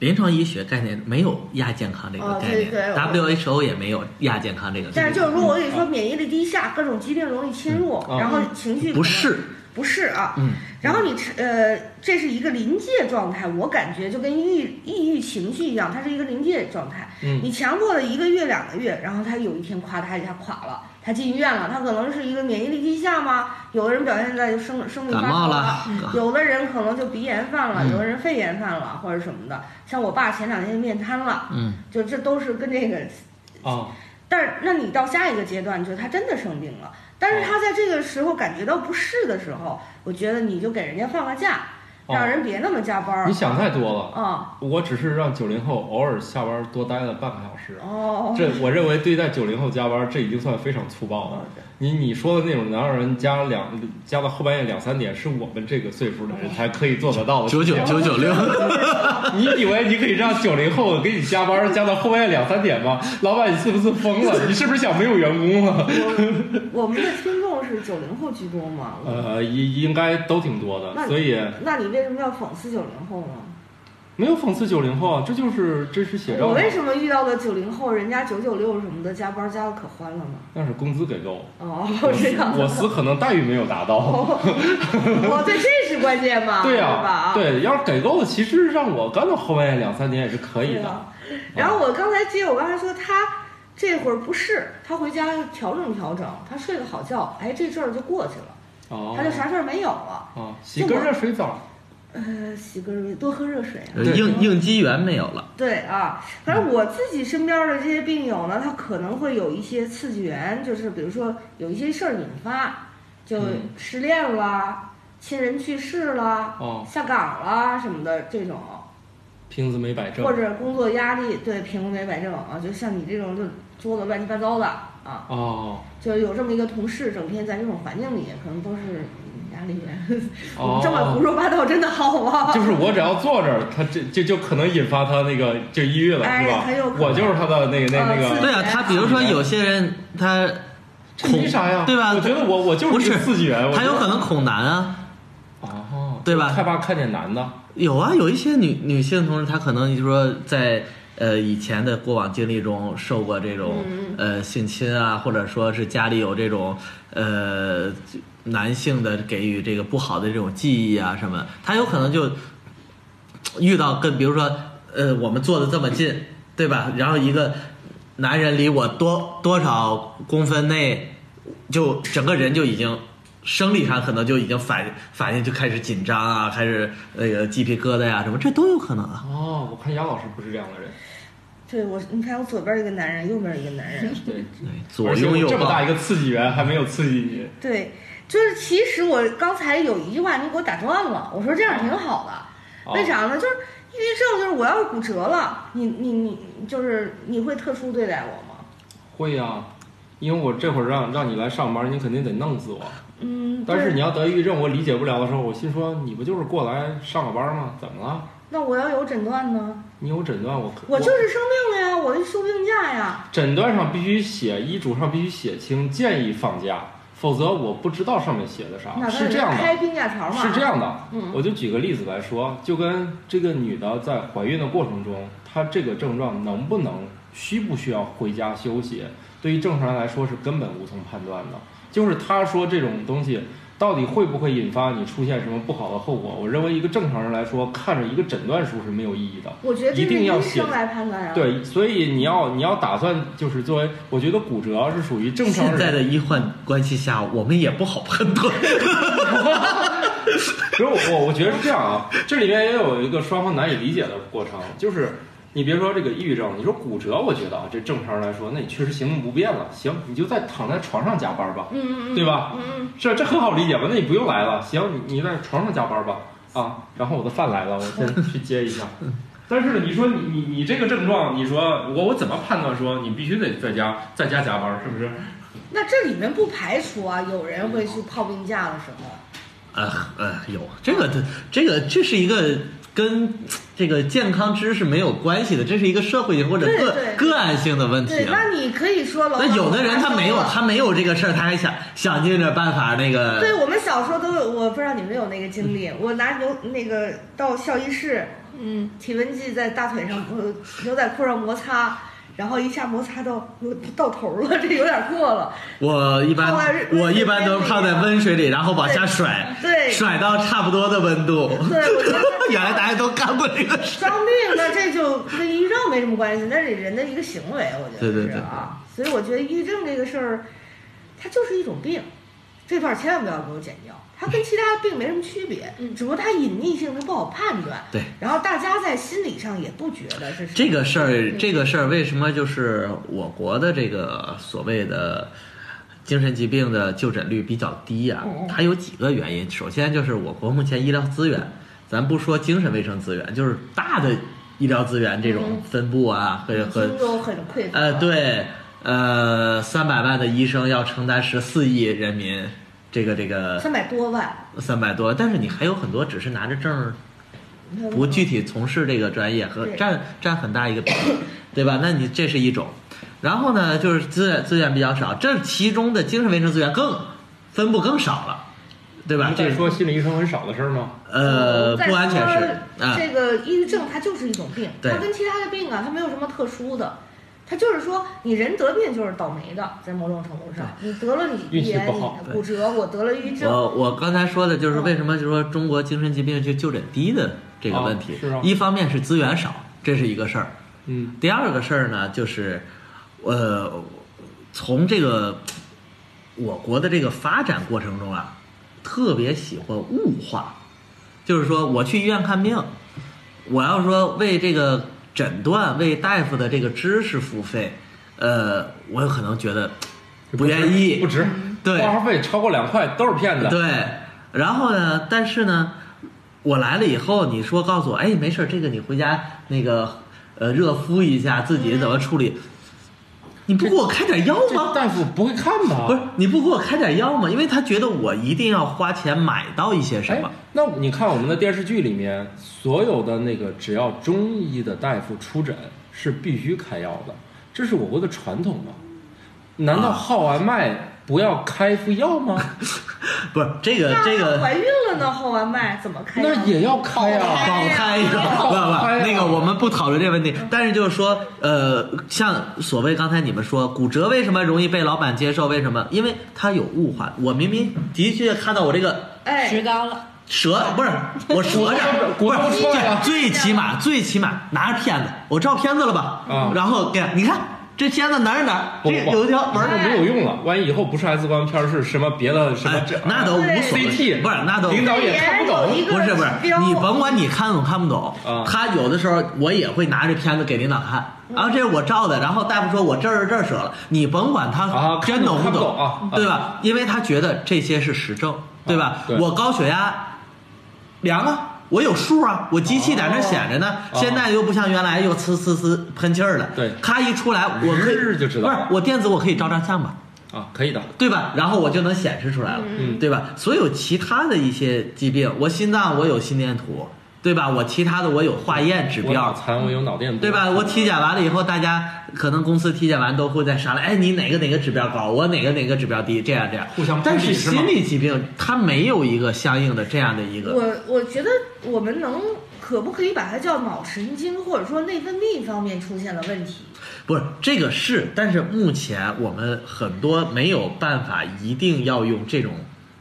E: 临床医学概念没有亚健康这个
C: 哦
E: 概
C: 对
E: 念、
C: 对我
E: w h o 也没有亚健康这个概
C: 但是
E: 念，
C: 就是如果我跟你
E: 嗯
C: 说免疫力低下，各种疾病容易侵入，
B: 嗯
C: 然后情绪可能
E: 不适。
C: 不是啊，
E: 嗯，
C: 然后你吃呃，这是一个临界状态，我感觉就跟抑抑郁情绪一样，它是一个临界状态。
B: 嗯
C: 你强迫了一个月两个月，然后他有一天夸他一下垮了，他进医院了，他可能是一个免疫力低下吗？有的人表现在就生生病发
E: 感
C: 烧
E: 冒
C: 了
E: 了，
C: 有的人可能就鼻炎犯了，
E: 嗯
C: 有的人肺炎犯了或者什么的。像我爸前两天面瘫了，
E: 嗯，
C: 就这都是跟这个
B: 啊，
C: 但是，那你到下一个阶段，你觉得他真的生病了，但是
E: 哦
C: 他在这个时候感觉到不适的时候，我觉得你就给人家放个假，
B: 哦
C: 让人别那么加班儿
B: 你。想太多了。
C: 啊，
B: 我只是让九零后偶尔下班多待了半个小时，啊
C: 哦，
B: 这我认为对待九零后加班，这已经算非常粗暴
C: 哦
B: 了。你你说的那种能让人加两加到后半夜两三点，是我们这个岁数的人才可以做得到的。
E: 九九九九六，
B: 你以为你可以让九零后给你加班加到后半夜两三点吗？老板，你是不是疯 了？你是不是想没有员工了？
C: 我我们的听众是九零后居多嘛？
B: 呃，应应该都挺多
C: 那
B: 的，
C: 你
B: 所以
C: 那你为什么要讽刺九零后呢？
B: 没有讽刺九零后啊，这就是真实写照嘛。
C: 我为什么遇到的九零后，人家九九六什么的加班加的可欢了呢？
B: 但是工资给够，
C: 哦，
B: 我
C: 这
B: 司
C: 样，
B: 我司可能待遇没有达 到。
C: 哦，对，这是关键嘛？
B: 对
C: 呀、
B: 呀、
C: 吧？啊，
B: 对，要是给够了，其实让我干到后半夜两三点也是可以
C: 对
B: 的。嗯
C: 啊。然后我刚才接我刚才说他这会儿不是，他回家调整调整，他睡个好觉，哎，这阵儿就过去了，
B: 哦，
C: 他就啥事儿没有了。
B: 啊，洗个热水澡，
C: 呃，洗个热多喝热水啊。
B: 对
E: 应应激源没有了。
C: 对啊，反正我自己身边的这些病友呢，他可能会有一些刺激源，就是比如说有一些事儿引发，就
B: 嗯
C: 失恋啦、亲人去世啦、
B: 哦
C: 下岗啦什么的这种。
B: 瓶子没摆正
C: 或。者工作压力，对，平衡没摆正啊，就像你这种就作的乱七八糟的啊，
B: 哦
C: 就是有这么一个同事，整天在这种环境里，可能都是压力源。 我们这么胡
B: 哦，
C: 说八道真的好吗？
B: 就是我只要坐这儿，他这就就可能引发他那个就抑郁了，
C: 哎
B: 是吧
C: 很有可？能
B: 我就是他的那个那那
C: 呃
B: 个。
C: 刺激
E: 对啊，他比如说有些人他
B: 这没啥呀，
E: 对吧
B: 我觉得我我就是一
E: 不
B: 个
E: 是
B: 刺激源，我
E: 他
B: 觉
E: 有
B: 得
E: 可能恐男啊，
B: 哦，
E: 对吧
B: 害怕看见男的，
E: 有啊，有一些女女性同志，她可能就说在呃以前的过往经历中受过这种、呃性侵啊，或者说是家里有这种呃男性的给予这个不好的这种记忆啊什么，她有可能就遇到跟比如说呃我们坐的这么近，对吧？然后一个男人离我多多少公分内，就整个人就已经生理上可能就已经反反应就开始紧张啊，开始那个鸡皮疙瘩呀、什么，这都有可能啊。
B: 哦，我看杨老师不是这样的人，
C: 对我，你看我左边一个男人，右边一个男人，
B: 对，
E: 对，左
B: 而且
E: 拥
B: 我
E: 右
B: 这么大
E: 抱
B: 一。个刺激源还没有刺激你，
C: 对，就是其实我刚才有一句话你给我打断了，我说这样挺好的，
B: 哦
C: 为啥呢？就是抑郁症，就是我要骨折了，你你你，就是你会特殊对待我吗？
B: 会呀、因为我这会儿让让你来上班，你肯定得弄死我。
C: 嗯，
B: 但
C: 对
B: 是你要得抑郁症，我理解不了的时候，我心说你不就是过来上个班吗？怎么了？
C: 那我要有诊断呢？
B: 你有诊断，我可
C: 我就是生病了呀，我就休病假呀。
B: 诊断上必须写，医嘱上必须写清，建议放假，否则我不知道上面写的啥。
C: 那
B: 哦是这样的，
C: 开病假条嘛？
B: 是这。样的，
C: 嗯
B: 我就举个例子来说，就跟这个女的在怀孕的过程中，她这个症状能不能需不需要回家休息，对于正常人来说是根本无从判断的。就是她说这种东西到底会不会引发你出现什么不好的后果，我认为一个正常人来说，看着一个诊断书是没有意义的。
C: 我觉得这
B: 一
C: 是
B: 定要
C: 医
B: 写
C: 生来判断啊。，
B: 对，所以你要你要打算就是作为，我觉得骨折是属于正常
E: 现
B: 人
E: 在的医患关系下，我们也不好判断。
B: 其实我我我觉得是这样啊，这里面也有一个双方难以理解的过程，就是你别说这个抑郁症，你说骨折，我觉得啊，这正常人来说，那你确实行动不便了，行，你就在躺在床上加班吧，
C: 嗯嗯嗯，
B: 对吧？
C: 嗯嗯，
B: 这这很好理解吧？那你不用来了，行，你你在床上加班吧。啊，然后我的饭来了，我先去接一 下。但是呢，你说你你你这个症状，你说我我怎么判断说你必须得在家在家加班，是不是？
C: 那这里面不排除啊，有人会去泡病假的时候，
E: 呃呃，有这个这个这是一个跟这个健康知识没有关系的，这是一个社会性或者
C: 对
E: 个
C: 对
E: 个案性的问题
C: 对，
E: 啊。
C: 那你可以说老
E: 那
C: 板
E: 有的人他没有
C: 我发烧
E: 他
C: 了
E: 没有这个事儿，他还想想尽着办法那个。
C: 对我们小时候都有，我不知道你们有那个经
E: 嗯
C: 历，我拿牛那个到校医室，
D: 嗯，
C: 体温计在大腿上呃牛仔裤上摩擦，然后一下摩擦到有到头了， 这有点过了。
E: 我一般
C: 泡在
E: 我一般都是泡在温水里，然后往下甩，
C: 对对
E: 甩到差不多的温度。
C: 对我觉得
E: 原来大家都干过这个事。
C: 伤病 那这就跟抑郁症没什么关系，那是人的一个行为，我觉得
E: 对对
C: 是啊。所以我觉得抑郁症这个事儿，它就是一种病，这段千万不要给我剪掉。它跟其他病没什么区别，只不过它隐匿性，它不好判断。
E: 嗯对
C: 然后大家在心理上也不觉得是
E: 这个事儿，这个事儿为什么就是我国的这个所谓的精神疾病的就诊率比较低呀、
C: 嗯嗯
E: 它有几个原因，首先就是我国目前医疗资源，咱不说精神卫生资源，就是大的医疗资源这
C: 嗯
E: 种分布啊，和和
C: 心中很匮乏。
E: 呃，对，呃，三百万的医生要承担十四亿人民，这个这个
C: 三百多万，
E: 三百多，但是你还有很多只是拿着证儿，不具体从事这个专业和
C: 对
E: 占占很大一个比例，对吧？那你这是一种，然后呢，就是资源资源比较少，这其中的精神卫生资源更分布更少了，对吧？这
B: 这说心理医生很少的事儿吗？
E: 呃
C: 再
E: 不完全是
C: 说
E: 啊，
C: 这个抑郁症它就是一种病，
E: 对
C: 它跟其他的病啊，它没有什么特殊的。它就是说，你人得病就是倒霉的，在某种程度上，你得了你
B: 运气
C: 眼
B: 不好
C: 骨折，我得了抑郁症，
E: 我我刚才说的就是为什么就说中国精神疾病就就诊低的这个问题，
B: 啊是啊
E: 一方面是资源少，这是一个事儿；
B: 嗯，
E: 第二个事儿呢，就是呃，从这个我国的这个发展过程中啊，特别喜欢物化，就是说我去医院看病，我要说为这个诊断、为大夫的这个知识付费，呃，我有可能觉得不愿意，
B: 不值，
C: 嗯
E: 对
B: 挂号费超过两块都是骗子。
E: 对，然后呢，但是呢，我来了以后，你说告诉我，哎，没事儿，这个你回家那个呃热敷一下，自己怎么处理？你不给我开点药
B: 这
E: 吗？
B: 大夫不会看吧？
E: 不是，你不给我开点药吗？因为他觉得我一定要花钱买到一些什
B: 哎
E: 么。，
B: 那你看我们的电视剧里面，所有的那个只要中医的大夫出诊是必须开药的，这是我国的传统吗？难道
E: 啊
B: 号完脉不要开副药吗？
E: 不是这个
C: 那
E: 这
C: 要怀
E: 个。
C: 孕了呢，后完脉怎么开药？
B: 那也要开
E: 保
B: 啊！
E: 胎药，不
B: 开
E: 不，
B: 药
E: 那个我们不讨论这个问题，但是就是说，呃，像所谓刚才你们说骨折为什么容易被老板接受？为什么？因为它有物化。我明明的确看到我这个
C: 哎，
D: 石膏了，
E: 折不是 我折着，
B: 骨
E: 不
B: 头
E: 是
B: 出来了
E: 最起码最起码拿着片子，我照片子了吧？
B: 啊
E: 然后给你看这片子哪儿哪儿，
B: 不
E: 这
B: 不不
E: 有一条纹
B: 那
E: 儿。
B: 就没有用了，万一以后不是 X 光片儿，是什么别的什么
E: 哎
B: 这？，
E: 那都无所谓，
B: CT
E: 不是那都
B: 领导也看不懂
C: 有一个
E: 不是不是
C: 指，标
E: 你甭管你看懂看不懂
B: 啊，
E: 他有的时候我也会拿着片子给领导看，
C: 嗯
E: 啊，这是我照的，然后大夫说我这儿这儿折了，你甭管
B: 啊
E: 他
B: 看
E: 真
B: 懂
E: 懂
B: 看不
E: 懂
B: 懂啊啊
E: 对吧？因为他觉得这些是实证，对吧
B: 对？
E: 我高血压量啊。我有数啊，我机器在那显着呢。
B: 哦
E: 现在又不像原来又呲呲呲喷气儿了，
B: 对
E: 咔一出来，我可
B: 日
E: 以
B: 就知道
E: 不是我电子我可以照张相吧？
B: 啊，可以的。
E: 对吧？然后我就能显示出来了，
B: 嗯
E: 对吧？所有其他的一些疾病，我心脏我有心电图，对吧？我其他的我有化验指
B: 我脑
E: 标，
B: 残，我有脑电波，
E: 对吧？我体检完了以后，大家可能公司体检完都会在商量，哎，你哪个哪个指标高，我哪个哪个指标低，这样这样。
B: 互相攀比
E: 但是
B: 是吗
E: 心理疾病它没有一个相应的这样的一个，
C: 我我觉得我们能可不可以把它叫脑神经或者说内分泌方面出现了问题？
E: 不是这个是，但是目前我们很多没有办法一定要用这种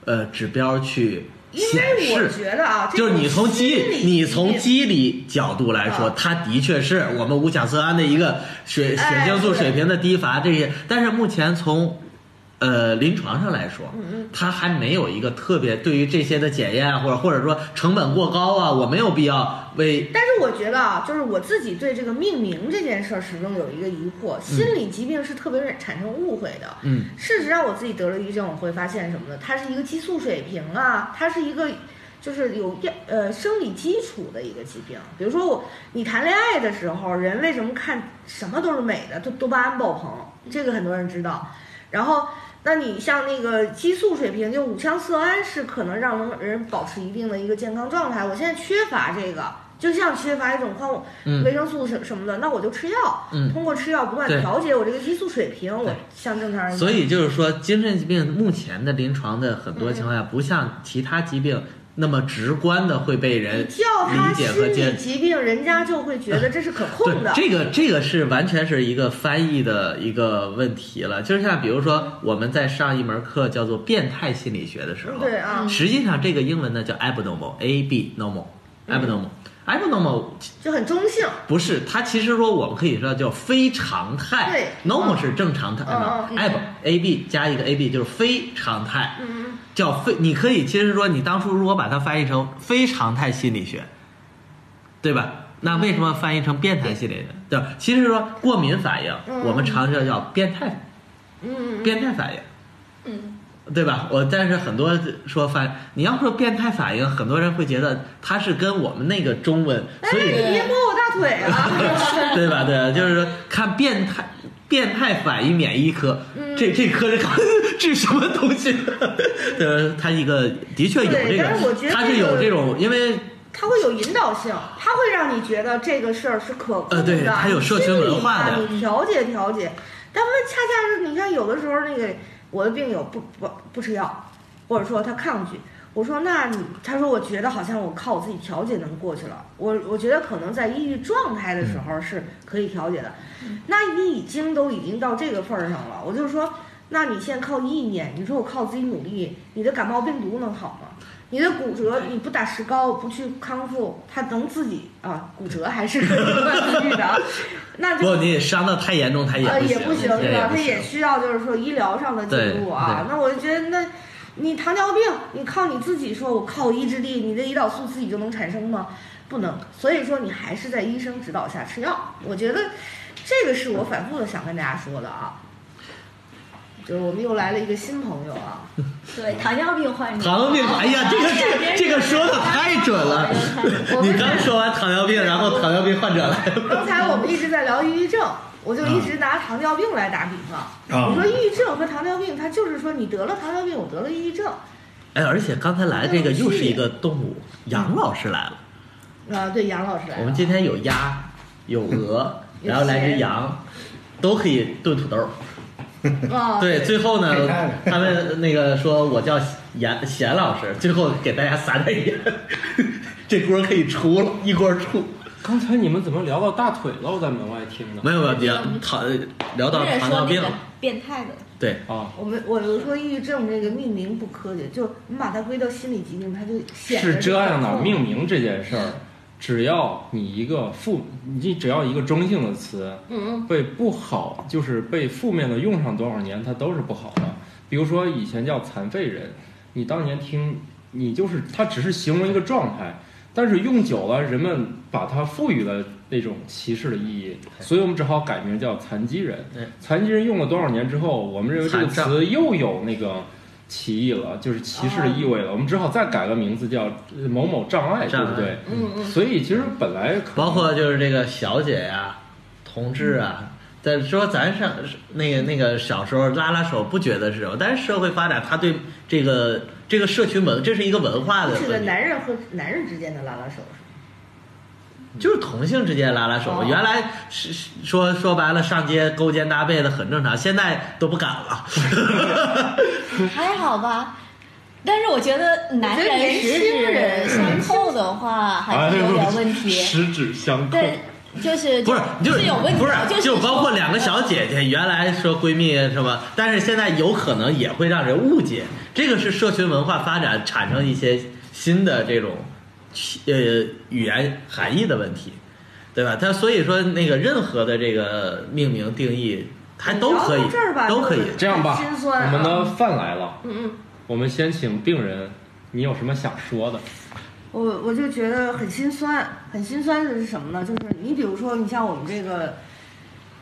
E: 呃指标去
C: 因
E: 显示。
C: 为我觉得啊，这
E: 就是你从
C: 种心
E: 机
C: 理疾
E: 你从
C: 病
E: 机理角度来说，
C: 啊
E: 它的确是我们五甲色胺的一个血血
C: 哎
E: 清素
C: 对
E: 水平的低乏这些，但是目前从呃临床上来说，它还没有一个特别对于这些的检验啊，或者或者说成本过高啊，我没有必要为
C: 但是我觉得啊，就是我自己对这个命名这件事儿始终有一个疑惑，心理疾病是特别容易产生误会的。
E: 嗯，
C: 事实上我自己得了抑郁症，我会发现什么呢？它是一个激素水平啊，它是一个就是有要呃生理基础的一个疾病。比如说我你谈恋爱的时候，人为什么看什么都是美的，多多巴胺爆棚，这个很多人知道。然后，那你像那个激素水平，就五羟色胺是可能让人人保持一定的一个健康状态。我现在缺乏这个，就像缺乏一种矿
E: 嗯
C: 维生素什什么的，那我就吃药，
E: 嗯
C: 通过吃药不断
E: 对
C: 调节我这个激素水平，我
E: 对
C: 像正常人一样。
E: 所以就是说，精神疾病目前的临床的很多情况下，不像其他疾病那么直观的会被人
C: 你呃叫他
E: 理解和
C: 心
E: 接
C: 理疾病，人家就会觉得这是可
E: 对
C: 控的。
E: 这个这个是完全是一个翻译的一个问题了，就是像比如说我们在上一门课叫做变态心理学的时候，
C: 对啊，
E: 实际上这个英文呢叫 abnormal，a b normal
C: 嗯
E: abnormal、abnormal
C: 就很中性。
E: 不是，它其实说我们可以说叫非常态
C: 对
E: ，normal 是正常态
C: 嗯
E: 嘛
C: 嗯嗯
E: ，ab a b 加一个 a b 就是非常态，
C: 嗯，
E: 叫非，你可以其实说你当初如果把它翻译成非常态心理学，对吧？那为什么翻译成变态心理学？对吧，其实说过敏反应，
C: 嗯
E: 我们常叫叫变态，
C: 嗯，
E: 变态反应，
D: 嗯，
E: 对吧？我但是很多说反，你要说变态反应，很多人会觉得它是跟我们那个中文，所以
C: 哎，你别摸我大腿啊！
E: 对吧？对吧，就是说看变态变态反应免疫科，
C: 嗯
E: 这这科是搞治什么东西 的？对啊吧，它一个的确有这
C: 对
E: 个
C: 但是我觉，得
E: 它是有这种，因为
C: 它会有引导性，它会让你觉得这个事儿是可控的，
E: 呃对它有社群文化的
C: 心里吧你调节调节。但问恰恰是，你看有的时候那个我的病友不不不吃药，或者说他抗拒。我说，那你他说，我觉得好像我靠我自己调节能过去了。我我觉得可能在抑郁状态的时
E: 嗯
C: 候是可以调节的。那你已经都已经到这个份儿上了，我就说，那你现在靠意念，你说我靠自己努力，你的感冒病毒能好吗？你的骨折你不打石膏不去康复，它能自己啊骨折还是可以自愈的啊，那
E: 不
C: 就
E: 过你伤到太严重，哎它也
C: 呃
E: 不
C: 也
E: 行，
C: 不行
E: 对
C: 是吧？
E: 不
C: 它
E: 行
C: 也需要就是说医疗上的
E: 对
C: 进步啊。那我就觉得那。你糖尿病，你靠你自己说，我靠意志力，你的胰岛素自己就能产生吗？不能，所以说你还是在医生指导下吃药。我觉得这个是我反复的想跟大家说的啊，就是我们又来了一个新朋友啊，
D: 对，糖尿病患者，
E: 糖尿
C: 哦
E: 病，哎呀，这个这个这个说的太准了。 你刚说完糖尿病，然后糖尿病患者来了，
C: 刚才我们一直在聊抑郁症，我就一
E: 嗯
C: 直拿糖尿病来打比方。
B: 啊
C: 我说抑郁症和糖尿病，它就是说你得了糖尿病，我得了抑郁症。
E: 哎，而且刚才来这个又是一个动物，杨老师来了。
C: 啊，对，杨老师来了。
E: 我们今天有鸭，有鹅， 然后来只羊，都可以炖土豆儿。
C: 啊，
E: 对，最后呢
F: 配菜，
E: 他们那个说我叫严贤老师，最后给大家撒点盐，这锅可以出了，一锅出。
B: 刚才你们怎么聊到大腿了？我在门外听呢。
E: 没有没有，聊糖聊到
D: 不是
E: 糖
D: 说
E: 尿
D: 那
E: 病
D: 个
E: 了，
D: 变态的，
E: 对，
B: 啊，
C: 我们我就说抑郁症这个命名不科学，就你把它归到心理疾病，它就显得
B: 是这样的，
C: 可控
B: 命名这件事儿，只要你一个负，你只要一个中性的词
C: 嗯
B: 被不好，就是被负面的用上多少年，它都是不好的。比如说以前叫残废人，你当年听，你就是它只是形容一个状态，但是用久了，人们把它赋予了那种歧视的意义，所以我们只好改名叫残疾人
E: 对。
B: 残疾人用了多少年之后，我们认为这个
E: 残障
B: 词又有那个。歧义了，就是歧视的意味了。我们只好再改个名字叫呃某某障碍，
E: 哦障碍
B: 对不对？
C: 嗯嗯，
B: 所以其实本来可
E: 包括就是这个小姐呀、同志啊。再说咱上那个那个小时候拉拉手不觉得是什么，但是社会发展，他对这个这个社群文，这是一个文化的
C: 这
E: 问题。
C: 是个男人和男人之间的拉拉手，
E: 就是同性之间拉拉手，
C: 哦
E: 原来是是说说白了上街勾肩搭背的很正常，现在都不敢了。
D: 还好吧。但是我觉得男
C: 我觉得
D: 人
C: 年
D: 十
C: 轻
D: 指
C: 人
D: 相扣的话，还
E: 哎
D: 是有点问题。
B: 十指相扣。
D: 对，就是
E: 不是，就是
D: 有问题
E: 不
D: 的，
E: 是，
D: 就是
E: 就
D: 说
E: 包括两个小
C: 嗯
E: 姐姐，原来说闺蜜什么，但是现在有可能也会让人误解，这个是社群文化发展产生一些新的这种呃语言含义的问题，对吧？它所以说那个任何的这个命名定义，它都可以
C: 聊到这儿吧，
E: 都可以
C: 就是
B: 这样吧，
C: 心酸啊
B: 我们的饭来了，
C: 嗯嗯。
B: 我们先请病人，你有什么想说 的？
C: 我我就觉得很心酸，很心酸的是什么呢？就是你比如说，你像我们这个，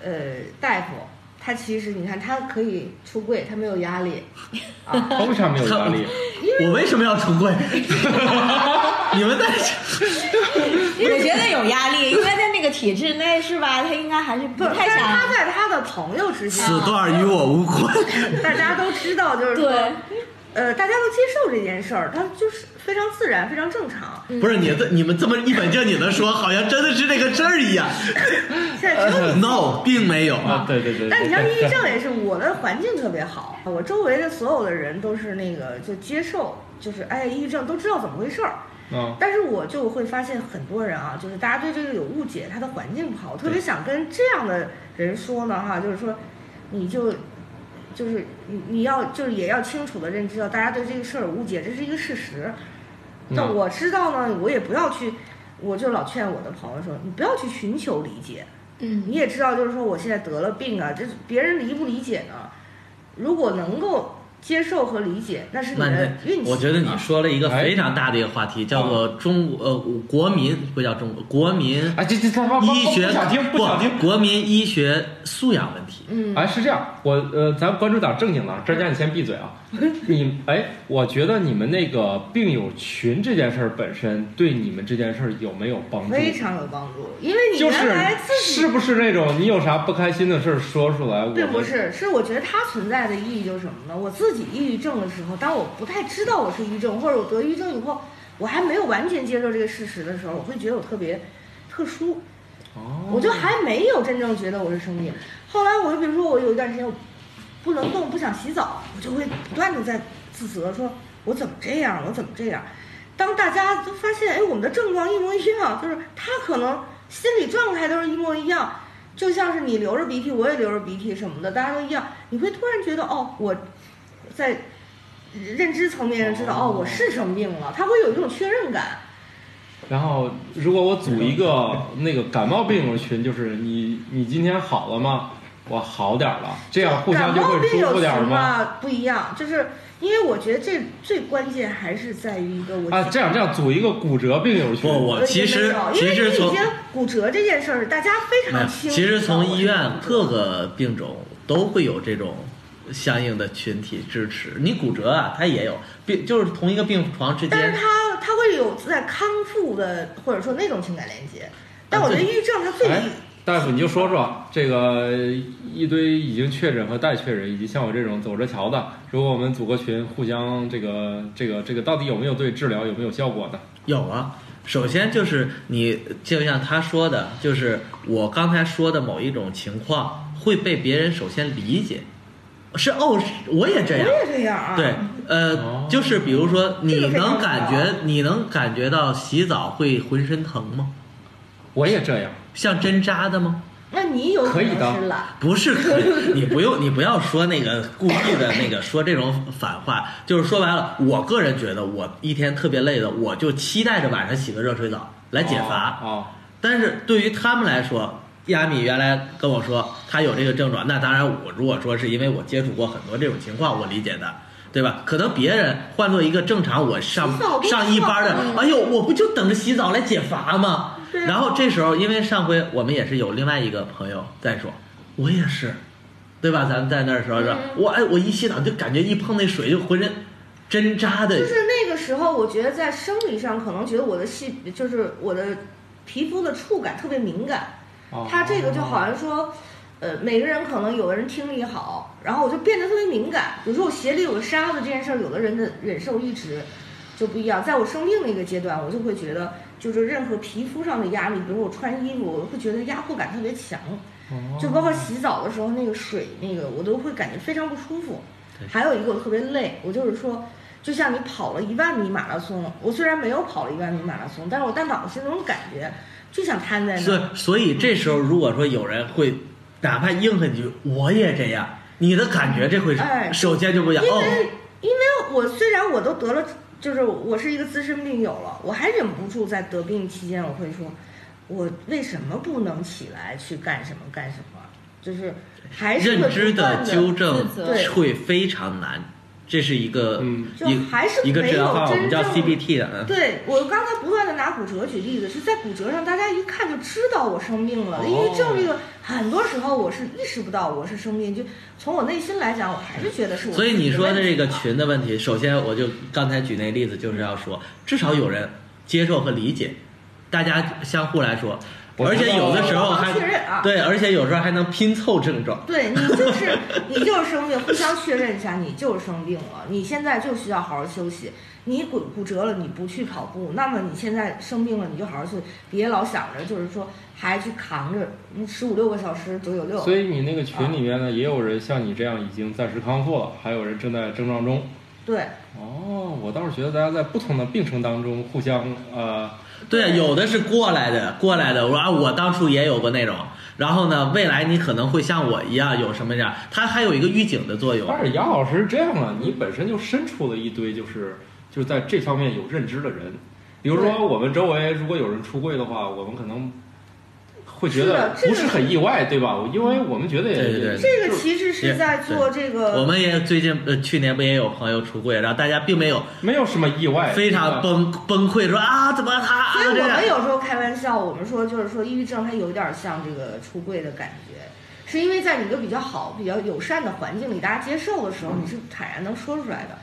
C: 呃，大夫，他其实你看他可以出柜，他没有压力，啊，
B: 他为啥没有压力？
E: 我为什么要出柜？你们在
D: 我觉得有 压力，因为在那个体制内是吧？他应该还是
C: 不
D: 不
C: 是，
D: 太
C: 但是
D: 想
C: 他。在他的朋友之间，
E: 此段与我无关。
C: 大家都知道，就是说
D: 对，
C: 呃，大家都接受这件事儿，它就是非常自然、非常正常。
E: 不是你这你们这么一本正经的说，好像真的是这个事儿一样。
C: 现 在只有你
E: No，并没有。
B: 啊，对对对，
C: 但你像抑郁
B: 对
C: 症也是，我的环境特别好，我周围的所有的人都是那个就接受，就是哎，抑郁症都知道怎么回事儿。
B: 嗯，
C: 但是我就会发现很多人啊，就是大家对这个有误解，他的环境不好。我特别
B: 对
C: 想跟这样的人说呢，哈，就是说，你就，就是你你要就是也要清楚的认知到，大家对这个事儿有误解，这是一个事实。那
B: 嗯
C: 我知道呢，我也不要去，我就老劝我的朋友说，你不要去寻求理解。
D: 嗯
C: 你也知道，就是说我现在得了病啊，这别人理不理解呢？如果能够接受和理解，那是你
E: 那你
C: 的运气。
E: 我觉得你说了一个非常大的一个话题，叫做中国呃国民不叫中国国民
B: 啊，这这他妈
E: 医学
B: 不想听，不想听，
E: 国民医学素养问题。
C: 嗯，
B: 哎，是这样，我呃，咱关注点正经的，专家你先闭嘴 啊。你哎，我觉得你们那个病友群这件事儿本身对你们这件事儿有没有帮助？
C: 非常有帮助，因为你
B: 就
C: 原
B: 是
C: 来自己、
B: 是不是那种你有啥不开心的事儿说出来，我
C: 并不
B: 们
C: 是，是我觉得它存在的意义就是什么呢？我自己抑郁症的时候，当我不太知道我是抑郁症，或者我得抑郁症以后，我还没有完全接受这个事实的时候，我会觉得我特别特殊，
B: 哦，
C: 我就还没有真正觉得我是生病。后来我就比如说我有一段时间我不能动，不想洗澡，我就会不断的在自责，说我怎么这样，我怎么这样。当大家都发现，哎，我们的症状一模一样，就是他可能心理状态都是一模一样，就像是你流着鼻涕，我也流着鼻涕什么的，大家都一样，你会突然觉得，哦，我在认知层面上知道，哦，我是生病了，他会有一种确认感。
B: 然后如果我组一个那个感冒病友群，就是你你今天好了吗？我好点儿了，这样互相就会舒服点儿
C: 感冒病友群
B: 吗？
C: 嘛，不一样，就是因为我觉得这最关键还是在于一个我
B: 啊，
C: 自己
B: 这样这样组一个骨折病友群，
E: 不我
C: 我
E: 其实
C: 因为
E: 其实
C: 你已
E: 从
C: 经骨折这件事儿，大家非
E: 没有
C: 常清楚。
E: 其实从
C: 啊
E: 医院各个病种都会有这种相应的群体支持。你骨折啊，它也有病，就是同一个病床之
C: 但
E: 间
C: 是，他他会有在康复的或者说那种情感连接，但我觉得
E: 啊对
C: 抑郁症它最
B: 哎，大夫，你就说说这个一堆已经确诊和待确诊，以及像我这种走着瞧的，如果我们组个群，互相这个这个这个，到底有没有对治疗有没有效果呢？
E: 有啊。首先就是你，就像他说的，就是我刚才说的某一种情况会被别人首先理解，是哦，是我也这样，
C: 我也这样啊，
E: 对，
B: 哦
E: 呃，就是比如说，
C: 这
E: 你
C: 个非常
E: 能感
C: 好
E: 觉你能感觉到洗澡会浑身疼吗？
B: 我也这样，
E: 像针扎的吗？
C: 那你有
B: 可以的
C: 能是懒，
E: 不是 可以，你不用，你不要说那个故意的那个说这种反话，就是说白了，我个人觉得我一天特别累的，我就期待着晚上洗个热水澡来解乏。
B: 啊、哦
E: 但是对于他们来说，亚米原来跟我说他有这个症状，那当然我如果说是因为我接触过很多这种情况，我理解的。对吧？可能别人换做一个正常我上
C: 洗澡都
E: 上一班的
C: 上，
E: 哎呦，我不就等着洗澡来解乏吗？
C: 对啊
E: 然后这时候，因为上回我们也是有另外一个朋友在说，我也是，对吧？咱们在那儿的时候
C: 嗯
E: 是吧，我哎，我一洗澡就感觉一碰那水就浑身针扎的，
C: 就是那个时候，我觉得在生理上可能觉得我的细，就是我的皮肤的触感特别敏感，
B: 哦，
C: 他这个就好像说，呃，每个人可能有的人听力好，然后我就变得特别敏感。比如说我鞋里有个沙子这件事儿，有的人的忍受阈值就不一样。在我生病那个阶段，我就会觉得，就是任何皮肤上的压力，比如说我穿衣服，我会觉得压迫感特别强，
B: 哦
C: 就包括洗澡的时候那个水那个，我都会感觉非常不舒服。还有一个我特别累，我就是说。就像你跑了一万米马拉松，我虽然没有跑了一万米马拉松，但是我大脑是那种感觉，就想瘫在那儿。
E: 所以所以这时候，如果说有人会，哪怕应和你，我也这样，你的感觉这会是
C: 哎
E: 首先就不一样。
C: 因
E: 哦，
C: 为因为我虽然我都得了，就是我是一个资深病友了，我还忍不住在得病期间，我会说，我为什么不能起来去干什么干什么？就是还是会
E: 认知
C: 不断
E: 的
C: 地
E: 纠正
D: 自责
E: 会非常难，这是一个、
B: 嗯
C: 就
E: 一
C: 还是
E: 一个
C: 没
E: 治疗
C: 有
E: 方法，我
C: 真
E: 们叫
C: 正
E: CBT 的。嗯
C: 对我刚才不断的拿骨折举例子，是在骨折上，大家一看就知道我生病了。抑郁
E: 哦
C: 症这个，很多时候我是意识不到我是生病，就从我内心来讲，我还是觉得是我自
E: 所
C: 己
E: 以
C: 的问题。
E: 你说的这个群的问题，首先我就刚才举那例子，就是要说，至少有人接受和理解，大家相互来说，
B: 我
E: 而且有的时候还
C: 我帮确认啊
E: 对，而且有时候还能拼凑症状。
C: 对你就是你就是生病，互相确认一下，你就是生病了，你现在就需要好好休息。你骨骨折了，你不去跑步，那么你现在生病了，你就好好去，别老想着就是说还去扛着嗯十五六个小时九九六。
B: 所以你那个群里面呢，也有人像你这样已经暂时康复了，还有人正在症状中。
C: 对，
B: 哦，我倒是觉得大家在不同的病程当中互相呃，
E: 对，有的是过来的，过来的。我说啊，我当初也有过那种。然后呢，未来你可能会像我一样有什么样，它还有一个预警的作用。
B: 而且杨老师是这样啊，你本身就身处了一堆就是就是在这方面有认知的人，比如
C: 对
B: 说我们周围如果有人出柜的话，我们可能会觉
C: 是
B: 得
C: 的这
B: 不
C: 个
B: 是很意外，对吧？因为我们觉得也
E: 对对对
C: 这个其实是在做这个
E: 我们也最近呃去年不也有朋友出柜，然后大家并没有
B: 没有什么意外，
E: 非
B: 对哎吧
E: 常崩崩溃，说啊怎么他啊
C: 所以
E: 这
C: 我
E: 样
C: 们。有时候开玩笑，我们说就是说，抑郁症它有点像这个出柜的感觉，是因为在你一个比较好、比较友善的环境里，大家接受的时候，你是坦然能说出来的。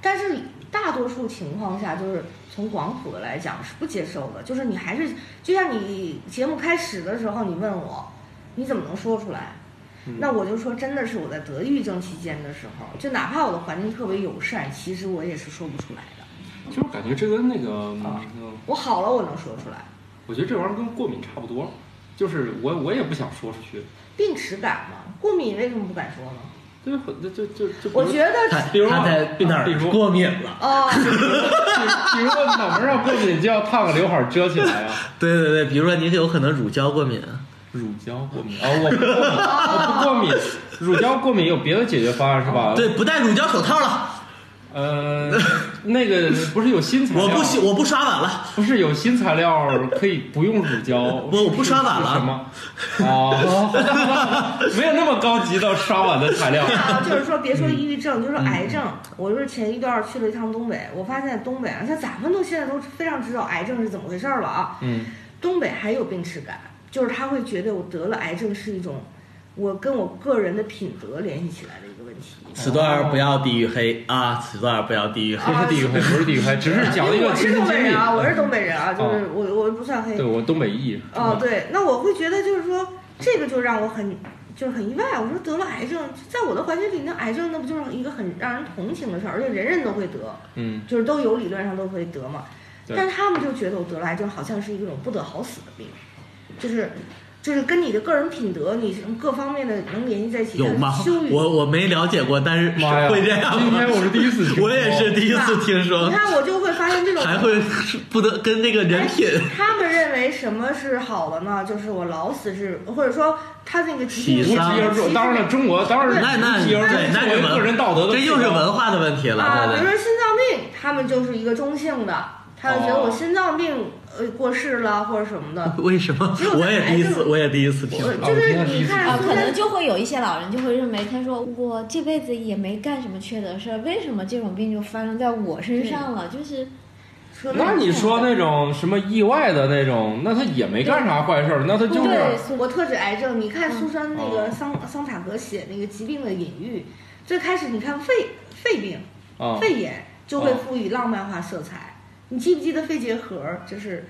C: 但是大多数情况下，就是从广谱的来讲是不接受的，就是你还是就像你节目开始的时候，你问我你怎么能说出来？
E: 嗯
C: 那我就说，真的是我在得抑郁症期间的时候，就哪怕我的环境特别友善，其实我也是说不出来的。
B: 就是感觉这跟那个，嗯
C: 我好了，我能说出来。
B: 我觉得这玩意儿跟过敏差不多，就是我我也不想说出去，
C: 病耻感嘛，过敏为什么不敢说呢？
B: 对，就就就就
C: 我觉得
E: 他
B: 比如
E: 他在
B: 比如
E: 那
B: 比
E: 儿
B: 如
E: 过敏了，
C: 哦，
B: 比如说脑门上过敏就要烫个刘海儿遮起来啊，
E: 对对对，比如说你有可能乳胶过敏，
B: 乳胶过敏啊、我不过敏，我不过敏，乳胶过敏有别的解决方案是吧？，
E: 对，不戴乳胶手套了，
B: 呃，那个不是有新材料，
E: 我不洗，我不刷碗了，
B: 不是有新材料可以不用乳胶，
E: 我不刷碗
B: 是
E: 了
B: 什么？哦， 没有那么高级的刷碗的材料，
C: 啊，就是说别说
B: 嗯
C: 抑郁症，就说癌症。我就是前一段儿去了一趟东北，我发现东北啊，像咱们都现在都非常知道癌症是怎么回事儿了啊。
B: 嗯，
C: 东北还有病耻感，就是他会觉得我得了癌症是一种我跟我个人的品德联系起来的一个问题。
E: 此段不要地域黑啊，此段不要地域黑
C: 哦
B: 不。是地域黑，不是地域黑，只是讲了一
C: 因为
B: 个
C: 我
B: 亲
C: 是
B: 身
C: 东北
B: 经历嗯哦
C: 人啊，我是东北人啊，就是我我不算黑。
B: 对我东北裔
C: 哦，，对，那我会觉得就是说，这个就让我很就是很意外。我说得了癌症，在我的环境里，那癌症那不就是一个很让人同情的事儿，而且人人都会得，
B: 嗯，
C: 就是都有理论上都会得嘛。
B: 对
C: 但他们就觉得我得了癌症好像是一种不得好死的病，就是就是跟你的个人品德、你各方面的能联系在一起，
E: 有
C: 但是
E: 吗
C: 羞？于
E: 我我没了解过，但是
B: 妈呀，
E: 会这样
B: 今
E: 吗
B: 天？我是第一次听，
E: 我也是第一次听
C: 你
E: 说，
C: 看我就会发现这种
E: 还会不得跟那个人品
C: 哎他们认为什么是好的呢？就是我老死是，或者说他那个疾
B: 无
C: 病
E: 喜
C: 是
B: 疾
E: 丧
B: 而终。当然了，中国当然
E: 那那
B: 无疾而终
E: 对，那
B: 作
E: 是
B: 为
E: 文
B: 个人道德的，
E: 这又是。文化的问题了，
C: 啊，
E: 对
C: 比
E: 对
C: 如说心脏病，他们就是一个中性的，他就觉得我心脏病呃过世了或者什么的。
E: 对。为什么？我也第一次，我也第一次听。
C: 哎我就是你
D: 啊，
C: 看，
D: 可能就会有一些老人就会认为，他说我这辈子也没干什么缺德事儿，为什么这种病就发生在我身上了？就是
C: 可能
B: 那你说那种什么意外的那种，那他也没干啥坏事儿，那他就是
D: 对
C: 我特指癌症。你看苏珊那个
B: 嗯
C: 桑桑塔格写那个疾病的隐喻，最开始你看肺肺病、
B: 啊，
C: 肺炎就会
B: 嗯
C: 赋予浪漫化色彩。你记不记得肺结核？就是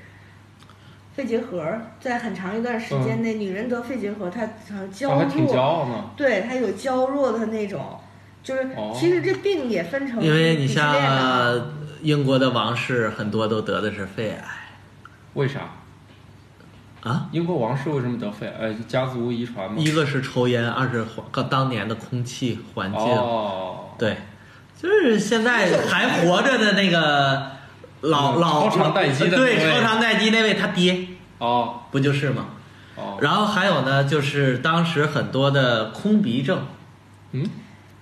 C: 肺结核，在很长一段时间内，女人得肺结核，她好像
B: 我
C: 娇
B: 还挺骄
C: 弱，
B: 傲呢。
C: 对，它有娇弱的那种，就是
B: 哦
C: 其实这病也分成
E: 因为
C: 鄙
E: 你
C: 视链的啊
E: 像英国的王室，很多都得的是肺癌
B: 为啥？
E: 啊，
B: 英国王室为什么得肺？癌？呃，家族遗传吗？
E: 一个是抽烟，二是环当年的空气环境，
B: 哦，
E: 对，就是现在还活着的那个老
B: 嗯
E: 老
B: 超长待机的
E: 对
B: 那位
E: 超长待机那位他爹
B: 哦
E: 不就是吗？
B: 哦，
E: 然后还有呢，就是当时很多的空鼻症，
B: 嗯，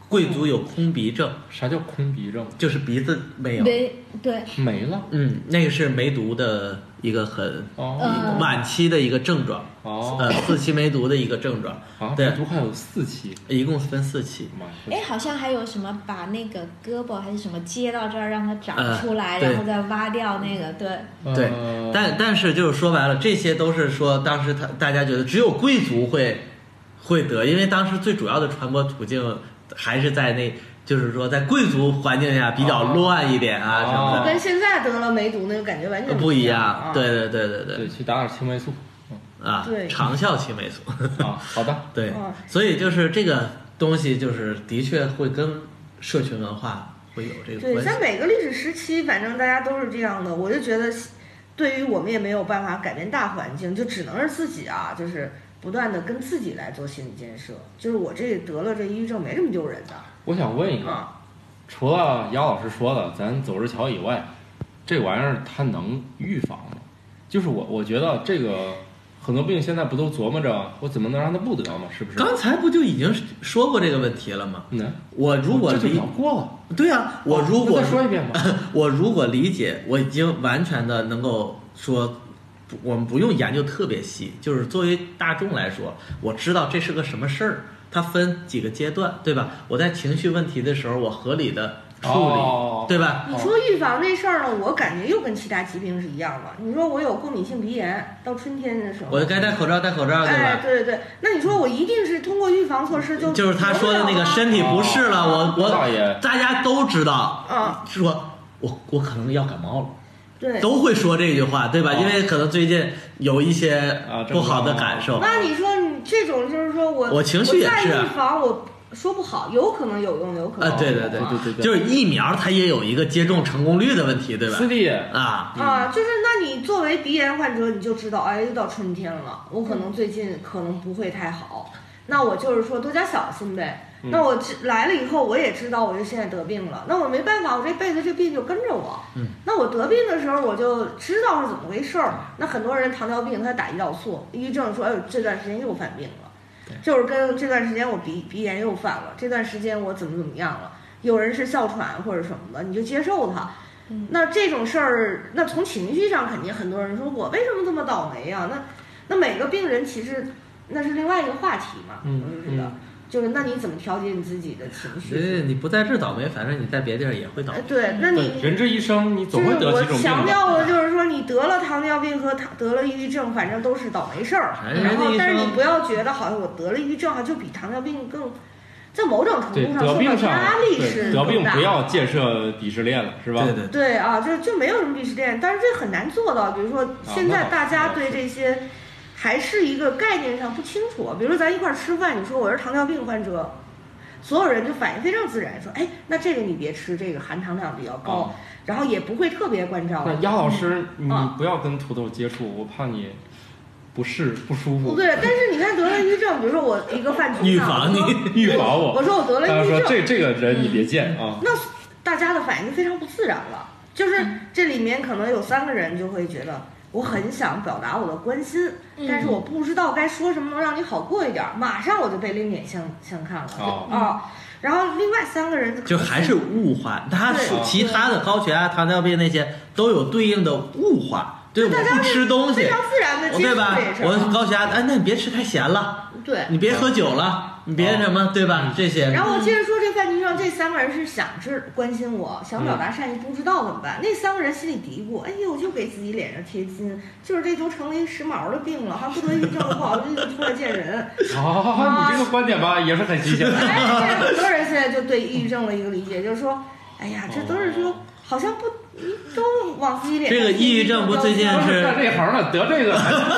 E: 贵族有空鼻症，
B: 啥叫空鼻症？
E: 就是鼻子没有，
D: 对对，
B: 没了
E: 嗯，那个是梅毒的一个很
B: 哦
D: 嗯
E: 晚期的一个症状，
B: 哦
E: 呃，四期梅毒的一个症状
B: 啊！，
E: 对
B: 梅，毒还有四期，
E: 一共分四期。
B: 妈呀！
D: 哎，好像还有什么把那个胳膊还是什么接到这儿让它长
E: 呃
D: 出来，
E: 对
D: 然后再挖掉那个，对，
E: 对
B: 呃，
E: 但但是就是说白了，这些都是说当时他大家觉得只有贵族会会得，因为当时最主要的传播途径还是在那，就是说在贵族环境下比较乱一点啊
B: 哦
E: 什么的，
C: 跟现在得了梅毒那个感觉完全
E: 呃不一样
C: 啊。。
E: 对对对对对
B: 对，去打点青霉素。嗯
E: 啊
C: 对，
E: 长效青霉素。
B: 啊，好的，
E: 对
C: 嗯，
E: 所以就是这个东西，就是的确会跟社群文化会有这个
C: 对，
E: 关系
C: 在。每个历史时期，反正大家都是这样的。我就觉得，对于我们也没有办法改变大环境，就只能是自己啊，就是不断的跟自己来做心理建设。就是我这得了这抑郁症没什么丢人的
B: 我想问一个，
C: 啊。
B: 除了姚老师说的咱走着瞧以外，这玩意儿它能预防吗？就是我我觉得这个很多病现在不都琢磨着我怎么能让它不得吗？是不是？
E: 刚才不就已经说过这个问题了吗？
B: 嗯，
E: 我如果
B: 这就
E: 理
B: 聊过了。
E: 对啊，我如
B: 那
E: 果
B: 再说一遍吧。
E: 我如果理解，我已经完全的能够说，不我们不用研究特别细，就是作为大众来说，我知道这是个什么事儿，它分几个阶段，对吧？我在情绪问题的时候，我合理的 处理，
B: 哦
E: 对吧？
C: 你说预防那事儿呢，我感觉又跟其他疾病是一样的。你说我有过敏性鼻炎，到春天的时候，
E: 我就该戴口罩，戴口罩，对
C: 哎，
E: 吧？嗯
C: 对对对，那你说我一定是通过预防措施就啊
E: 就是他说的那个身体不适了，
B: 哦
E: 我啊我
B: 大爷
E: 大家都知道，
C: 啊，
E: 说我我可能要感冒了。
C: 对，
E: 都会说这句话，对吧？
B: 哦
E: 因为可能最近有一些
B: 啊这
E: 不
B: 么
E: 好的
B: 说
E: 感受。
C: 那你说你这种就是说我
E: 我情绪也是
C: 我再预防我说不好，有可能有用，有可能
E: 啊，对对对
B: 对对对
E: 就是疫苗它也有一个接种成功率的问题，对吧
B: 师？弟，
E: 啊，
C: 啊，就是那你作为鼻炎患者，你就知道，哎，又到春天了，我可能最近可能不会太好，那我就是说多加小心呗。
B: 嗯
C: 那我知来了以后，我也知道我就现在得病了，那我没办法，我这辈子这病就跟着我。
E: 嗯，
C: 那我得病的时候我就知道是怎么回事儿。那很多人糖尿病他打胰岛素，抑郁症说，哎呦，这段时间又犯病了，就是跟这段时间我鼻鼻炎又犯了，这段时间我怎么怎么样了。有人是哮喘或者什么的，你就接受它。那这种事儿，那从情绪上肯定很多人说我为什么这么倒霉啊？那那每个病人其实那是另外一个话题嘛，
B: 嗯
C: 我就觉得、
B: 嗯
C: 就是那你怎么调节你自己的情
E: 所以
C: 绪？
E: 你不在这儿倒霉，反正你在别地儿也会倒
C: 哎
E: 霉。
C: 对，那
B: 对，
C: 你
B: 人这一生你
C: 就
B: 总
C: 是
B: 会得
C: 我
B: 几种病
C: 强
B: 的。
C: 调的就是说，你得了糖尿病和糖得了抑郁症，反正都是倒霉事儿。
E: 哎人
C: 然
E: 家
C: 后
E: 医，
C: 但是
E: 生
C: 你不要觉得好像我得了抑郁症，好像就比糖尿病更，在某种程
B: 对，
C: 度上
B: 得
C: 受
B: 病
C: 到
B: 上
C: 压力
B: 对
C: 是
B: 得
C: 更
B: 病
C: 大
B: 不
C: 的
B: 要建设鄙视链了，是吧？
E: 对对对，
C: 对啊，就就没有什么鄙视链，但是这很难做到。比如说，现
B: 啊那
C: 在
B: 倒
C: 大家
B: 是
C: 对这些还是一个概念上不清楚。比如说，咱一块儿吃饭，你说我是糖尿病患者，所有人就反应非常自然，说：“哎，那这个你别吃，这个含糖量比较高。
B: 啊
C: 然后也不会特别关照。
B: 那鸭老师，你
C: 啊
B: 不要跟土豆接触，我怕你不适不舒
C: 不
B: 服。
C: 哦对， 但是你看得了抑郁症，比如说我一个饭局
E: 预
C: 上
E: 防你
C: 我说
B: 预防我。
C: 我说我得了
B: 他
C: 抑郁
B: 说
C: 症，
B: 这这个人你别见啊。
C: 那大家的反应非常不自然了，就是这里面可能有三个人就会觉得我很想表达我的关心，
D: 嗯
C: 但是我不知道该说什么能让你好过一点，马上我就被另眼相相看了就
B: 哦
C: 啊。然后另外三个人可能
E: 就还是物化，它
C: 对
E: 是其他的高血压、糖尿病那些都有对应的物化。对，我
C: 大家
E: 不吃东西
C: 非，常自然的接
E: 对
C: 受
E: 吧
C: 这事？
E: 我
C: 儿，啊
E: 高血压，哎，那你别吃太咸了，
C: 对。
E: 你别喝酒了，你别什么，对吧？这些。
C: 嗯然后我接着说，这饭局上这三个人是想是关心我，
E: 嗯
C: 想表达善意，不知道怎么办。那三个人心里嘀咕：“哎呦，就给自己脸上贴金，就是这都成了一时髦的病了，还不得抑郁症不好意思出来见 人。”
B: 哦，你这个观点吧也是很新鲜的。
C: 啊 哎，这很多人现在就对抑郁症的一个理解就是说，哎呀，这都是说好像不都往自己脸上
E: 哦这个抑郁症不最近
B: 不
E: 是
B: 干这行的得这个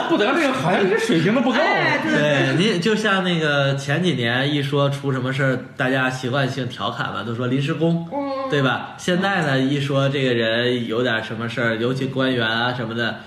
B: 不得这个，好像你这水平都不够。啊
C: 哎，对
E: 对，你就像那个前几年一说出什么事儿，大家习惯性调侃吧，都说临时工，
C: 嗯
E: 对吧？现在呢，一说这个人有点什么事儿，尤其官员啊什么的，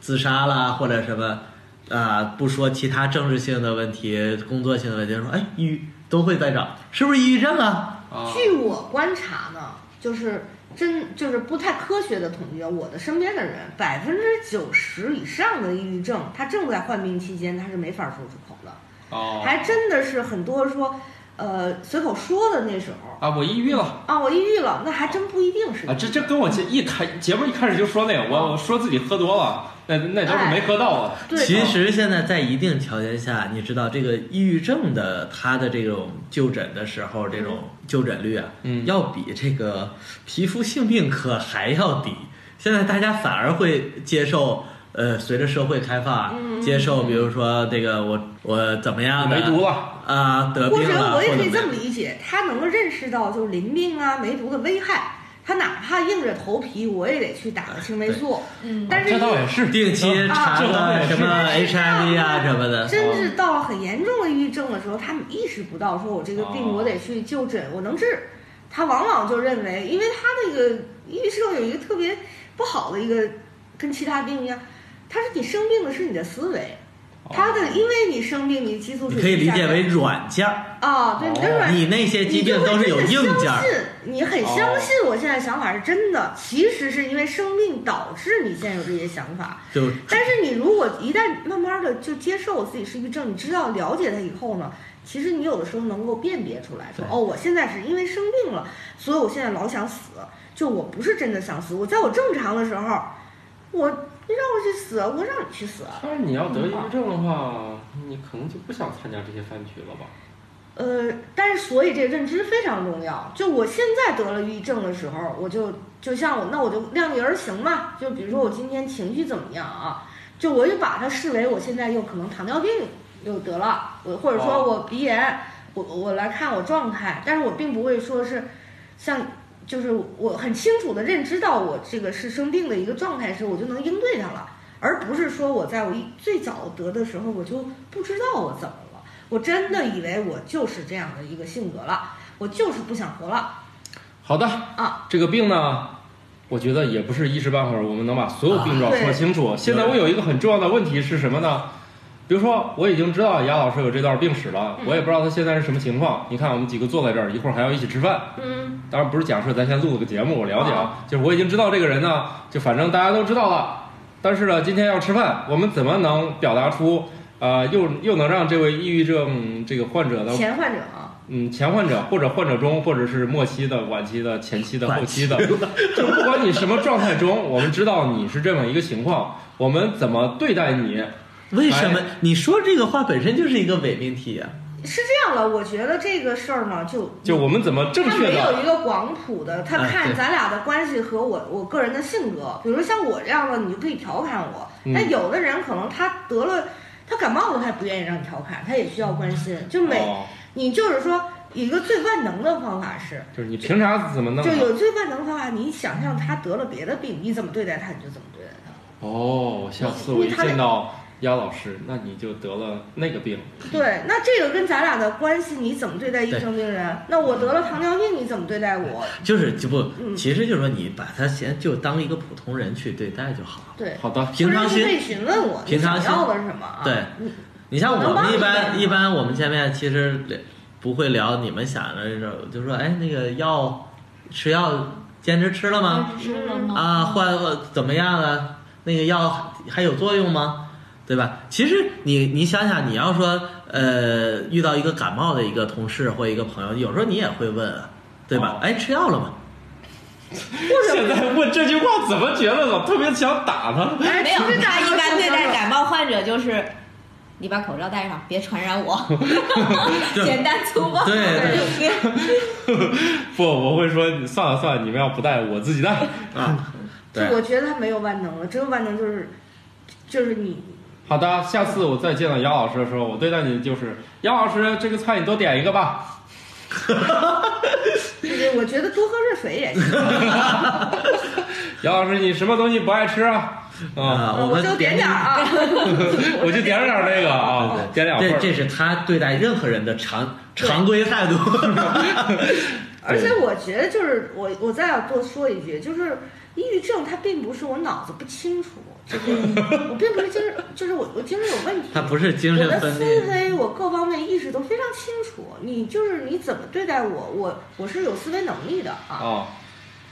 E: 自杀啦或者什么，啊、不说其他政治性的问题、工作性的问题，说哎抑郁都会在找，是不是抑郁症啊？
B: 啊
C: 据我观察呢，就是真就是不太科学的统计，啊我的身边的人百分之九十以上的抑郁症，他正在患病期间，他是没法说出口的。
B: 哦
C: 还真的是很多说，呃随口说的那时候
B: 啊，我抑郁了
C: 啊，我抑郁了，那还真不一定是
B: 啊，这这跟我节一开节目一开始就说那个，我我说自己喝多了，那那都是没喝到啊。
C: 对
E: 其实现在在一定条件下，你知道这个抑郁症的它的这种就诊的时候，这种就诊率啊，
B: 嗯
E: 要比这个皮肤性病科还要低。现在大家反而会接受，呃，随着社会开放啊，
C: 嗯
E: 接受，比如说这个我我怎么样的
B: 梅毒了
E: 啊，得
C: 或
E: 病了，
C: 者我也可以
E: 或
C: 这
E: 怎
C: 么
E: 么样
C: 理解，他能够认识到就是淋病啊、梅毒的危害，他哪怕硬着头皮，我也得去打个青霉素。
D: 嗯
C: 但是
B: 这倒也是嗯
E: 定期
C: 啊
E: 查
B: 这方面
E: 个
B: 是
E: 什么
C: 但是
E: HIV 啊
C: 啊
E: 什么的，
C: 真是到了很严重的抑郁症的时候，他们意识不到说我这个病
B: 哦
C: 我得去就诊，我能治。他往往就认为，因为他那个抑郁症有一个特别不好的一个，跟其他病一样，他是你生病的是你的思维，他的因为你生病，你激素
E: 哦你
C: 水
E: 可以
C: 平
E: 理
C: 下
E: 解
C: 降
E: 为哦软件儿，
C: 啊，对，你的软
E: 你那些疾
C: 你就
E: 病
C: 会
E: 都是有
C: 真的
E: 硬件
C: 相
E: 儿。
C: 信，你很相信我现在想法是真的，其实是因为生病导致你现在有这些想法。
E: 就
C: 但是你如果一旦慢慢的就接受自己是抑郁症，你知道了解它以后呢，其实你有的时候能够辨别出来说，
E: 对
C: 哦，我现在是因为生病了，所以我现在老想死，就我不是真的想死，我在我正常的时候，我让我去死，我让你去死，
B: 但是你要得抑郁症的话，你可能就不想参加这些饭局了吧？
C: 呃，但是所以这个认知非常重要。就我现在得了抑郁症的时候，我就就像我那我就量力而行嘛。就比如说我今天情绪怎么样啊，就我就把它视为我现在又可能糖尿病又得了，我或者说我鼻炎，我我来看我状态，但是我并不会说是像就是我很清楚的认知到我这个是生病的一个状态时，我就能应对它了。而不是说我在我一最早得的时候，我就不知道我怎么了，我真的以为我就是这样的一个性格了，我就是不想活了
B: 好的，
C: 啊！
B: 这个病呢，我觉得也不是一时半会儿我们能把所有病状
C: 啊
B: 说
C: 对
B: 清楚。现在我有一个很重要的问题是什么呢？比如说，我已经知道雅老师有这段病史了，
C: 嗯
B: 我也不知道他现在是什么情况。你看，我们几个坐在这儿，一会儿还要一起吃饭。
C: 嗯，
B: 当然不是假设，咱先录了个节目，我了解
C: 哦
B: 啊。就是我已经知道这个人呢，就反正大家都知道了。但是呢，今天要吃饭，我们怎么能表达出，呃，又又能让这位抑郁症这个患者的
C: 前患者啊，
B: 嗯，前患者或者患者中，或者是末期的、晚期的、前期的、后期的，就不管你什么状态中，我们知道你是这么一个情况，我们怎么对待你？
E: 为什么你说这个话本身就是一个伪命题啊？
C: 是这样了。我觉得这个事儿呢，就
B: 就我们怎么正
C: 他
B: 确
C: 没有
B: 的？
C: 一个广谱的，他
E: 哎对
C: 看咱俩的关系和我我个人的性格，比如像我这样的，你就可以调侃我。
B: 嗯
C: 但有的人可能他得了，他感冒了，他也不愿意让你调侃，他也需要关心。就每、
B: 哦，
C: 你就是说一个最万能的方法是，
B: 就是你平常怎么弄
C: 就
B: 的？
C: 有最万能的方法，你想象他得了别的病，你怎么对待他，你就怎么对待他。
B: 哦，下次我一见到鸭老师，那你就得了那个病。
C: 对，那这个跟咱俩的关系，你怎么对待一生病人？那我得了糖尿病，你怎么对待我？
E: 就是就不，
C: 嗯
E: 其实就是说你把他先就当一个普通人去对待就好了。
C: 对，
B: 好的，
E: 平常
C: 或者你可以
E: 心，
C: 询问我，你
E: 平常
C: 想
E: 心
C: 要的是什么啊？
E: 对
C: 你
E: 你像我们一
C: 我能帮
E: 般
C: 你
E: 一般我们见面其实聊不会聊你们想的那种，就说哎那个药吃药坚持吃了吗？
D: 吃了
C: 嗯
D: 吗？
E: 啊，换呃怎么样了？那个药还还有作用吗？对吧？其实你你想想，你要说呃遇到一个感冒的一个同事或一个朋友，有时候你也会问啊，对吧
B: 哦？
E: 哎，吃药了吗？
B: 现在问这句话怎么觉得老特别想打他？
C: 哎
D: 没有，
C: 其实
D: 他
C: 大家
D: 一般
C: 都
D: 对
C: 想
D: 待
C: 要
D: 感冒患者就是，你把口罩戴上，别传 染我，
E: 对
D: 简单粗暴。
E: 对对
D: 别
B: 不，我会说你算了算了，你们要不带我自己带。
E: 啊，对
C: 就。我觉得他没有万能了，只有万能就是就是你
B: 好的，下次我再见到姚老师的时候，我对待你就是姚老师，这个菜你多点一个吧。
C: 就是我觉得多喝热水也行，
B: 姚老师，你什么东西不爱吃啊？啊，
E: 啊， 我
C: 我
E: 们
C: 就点点儿啊。
B: 我就点点儿那个啊，点两份
E: 这
B: 儿。
E: 这是他对待任何人的常常规态 度。
C: 而且我觉得就是我我再要多说一句，就是抑郁症它并不是我脑子不清楚，就是我并不是精神，就是我我精神有问题。
E: 他不是精
C: 我
E: 神
C: 的
E: 分
C: 思
E: 裂，
C: 维，我各方面意识都非常清楚。你就是你怎么对待我，我我是有思维能力的啊。
E: 哦
B: 啊，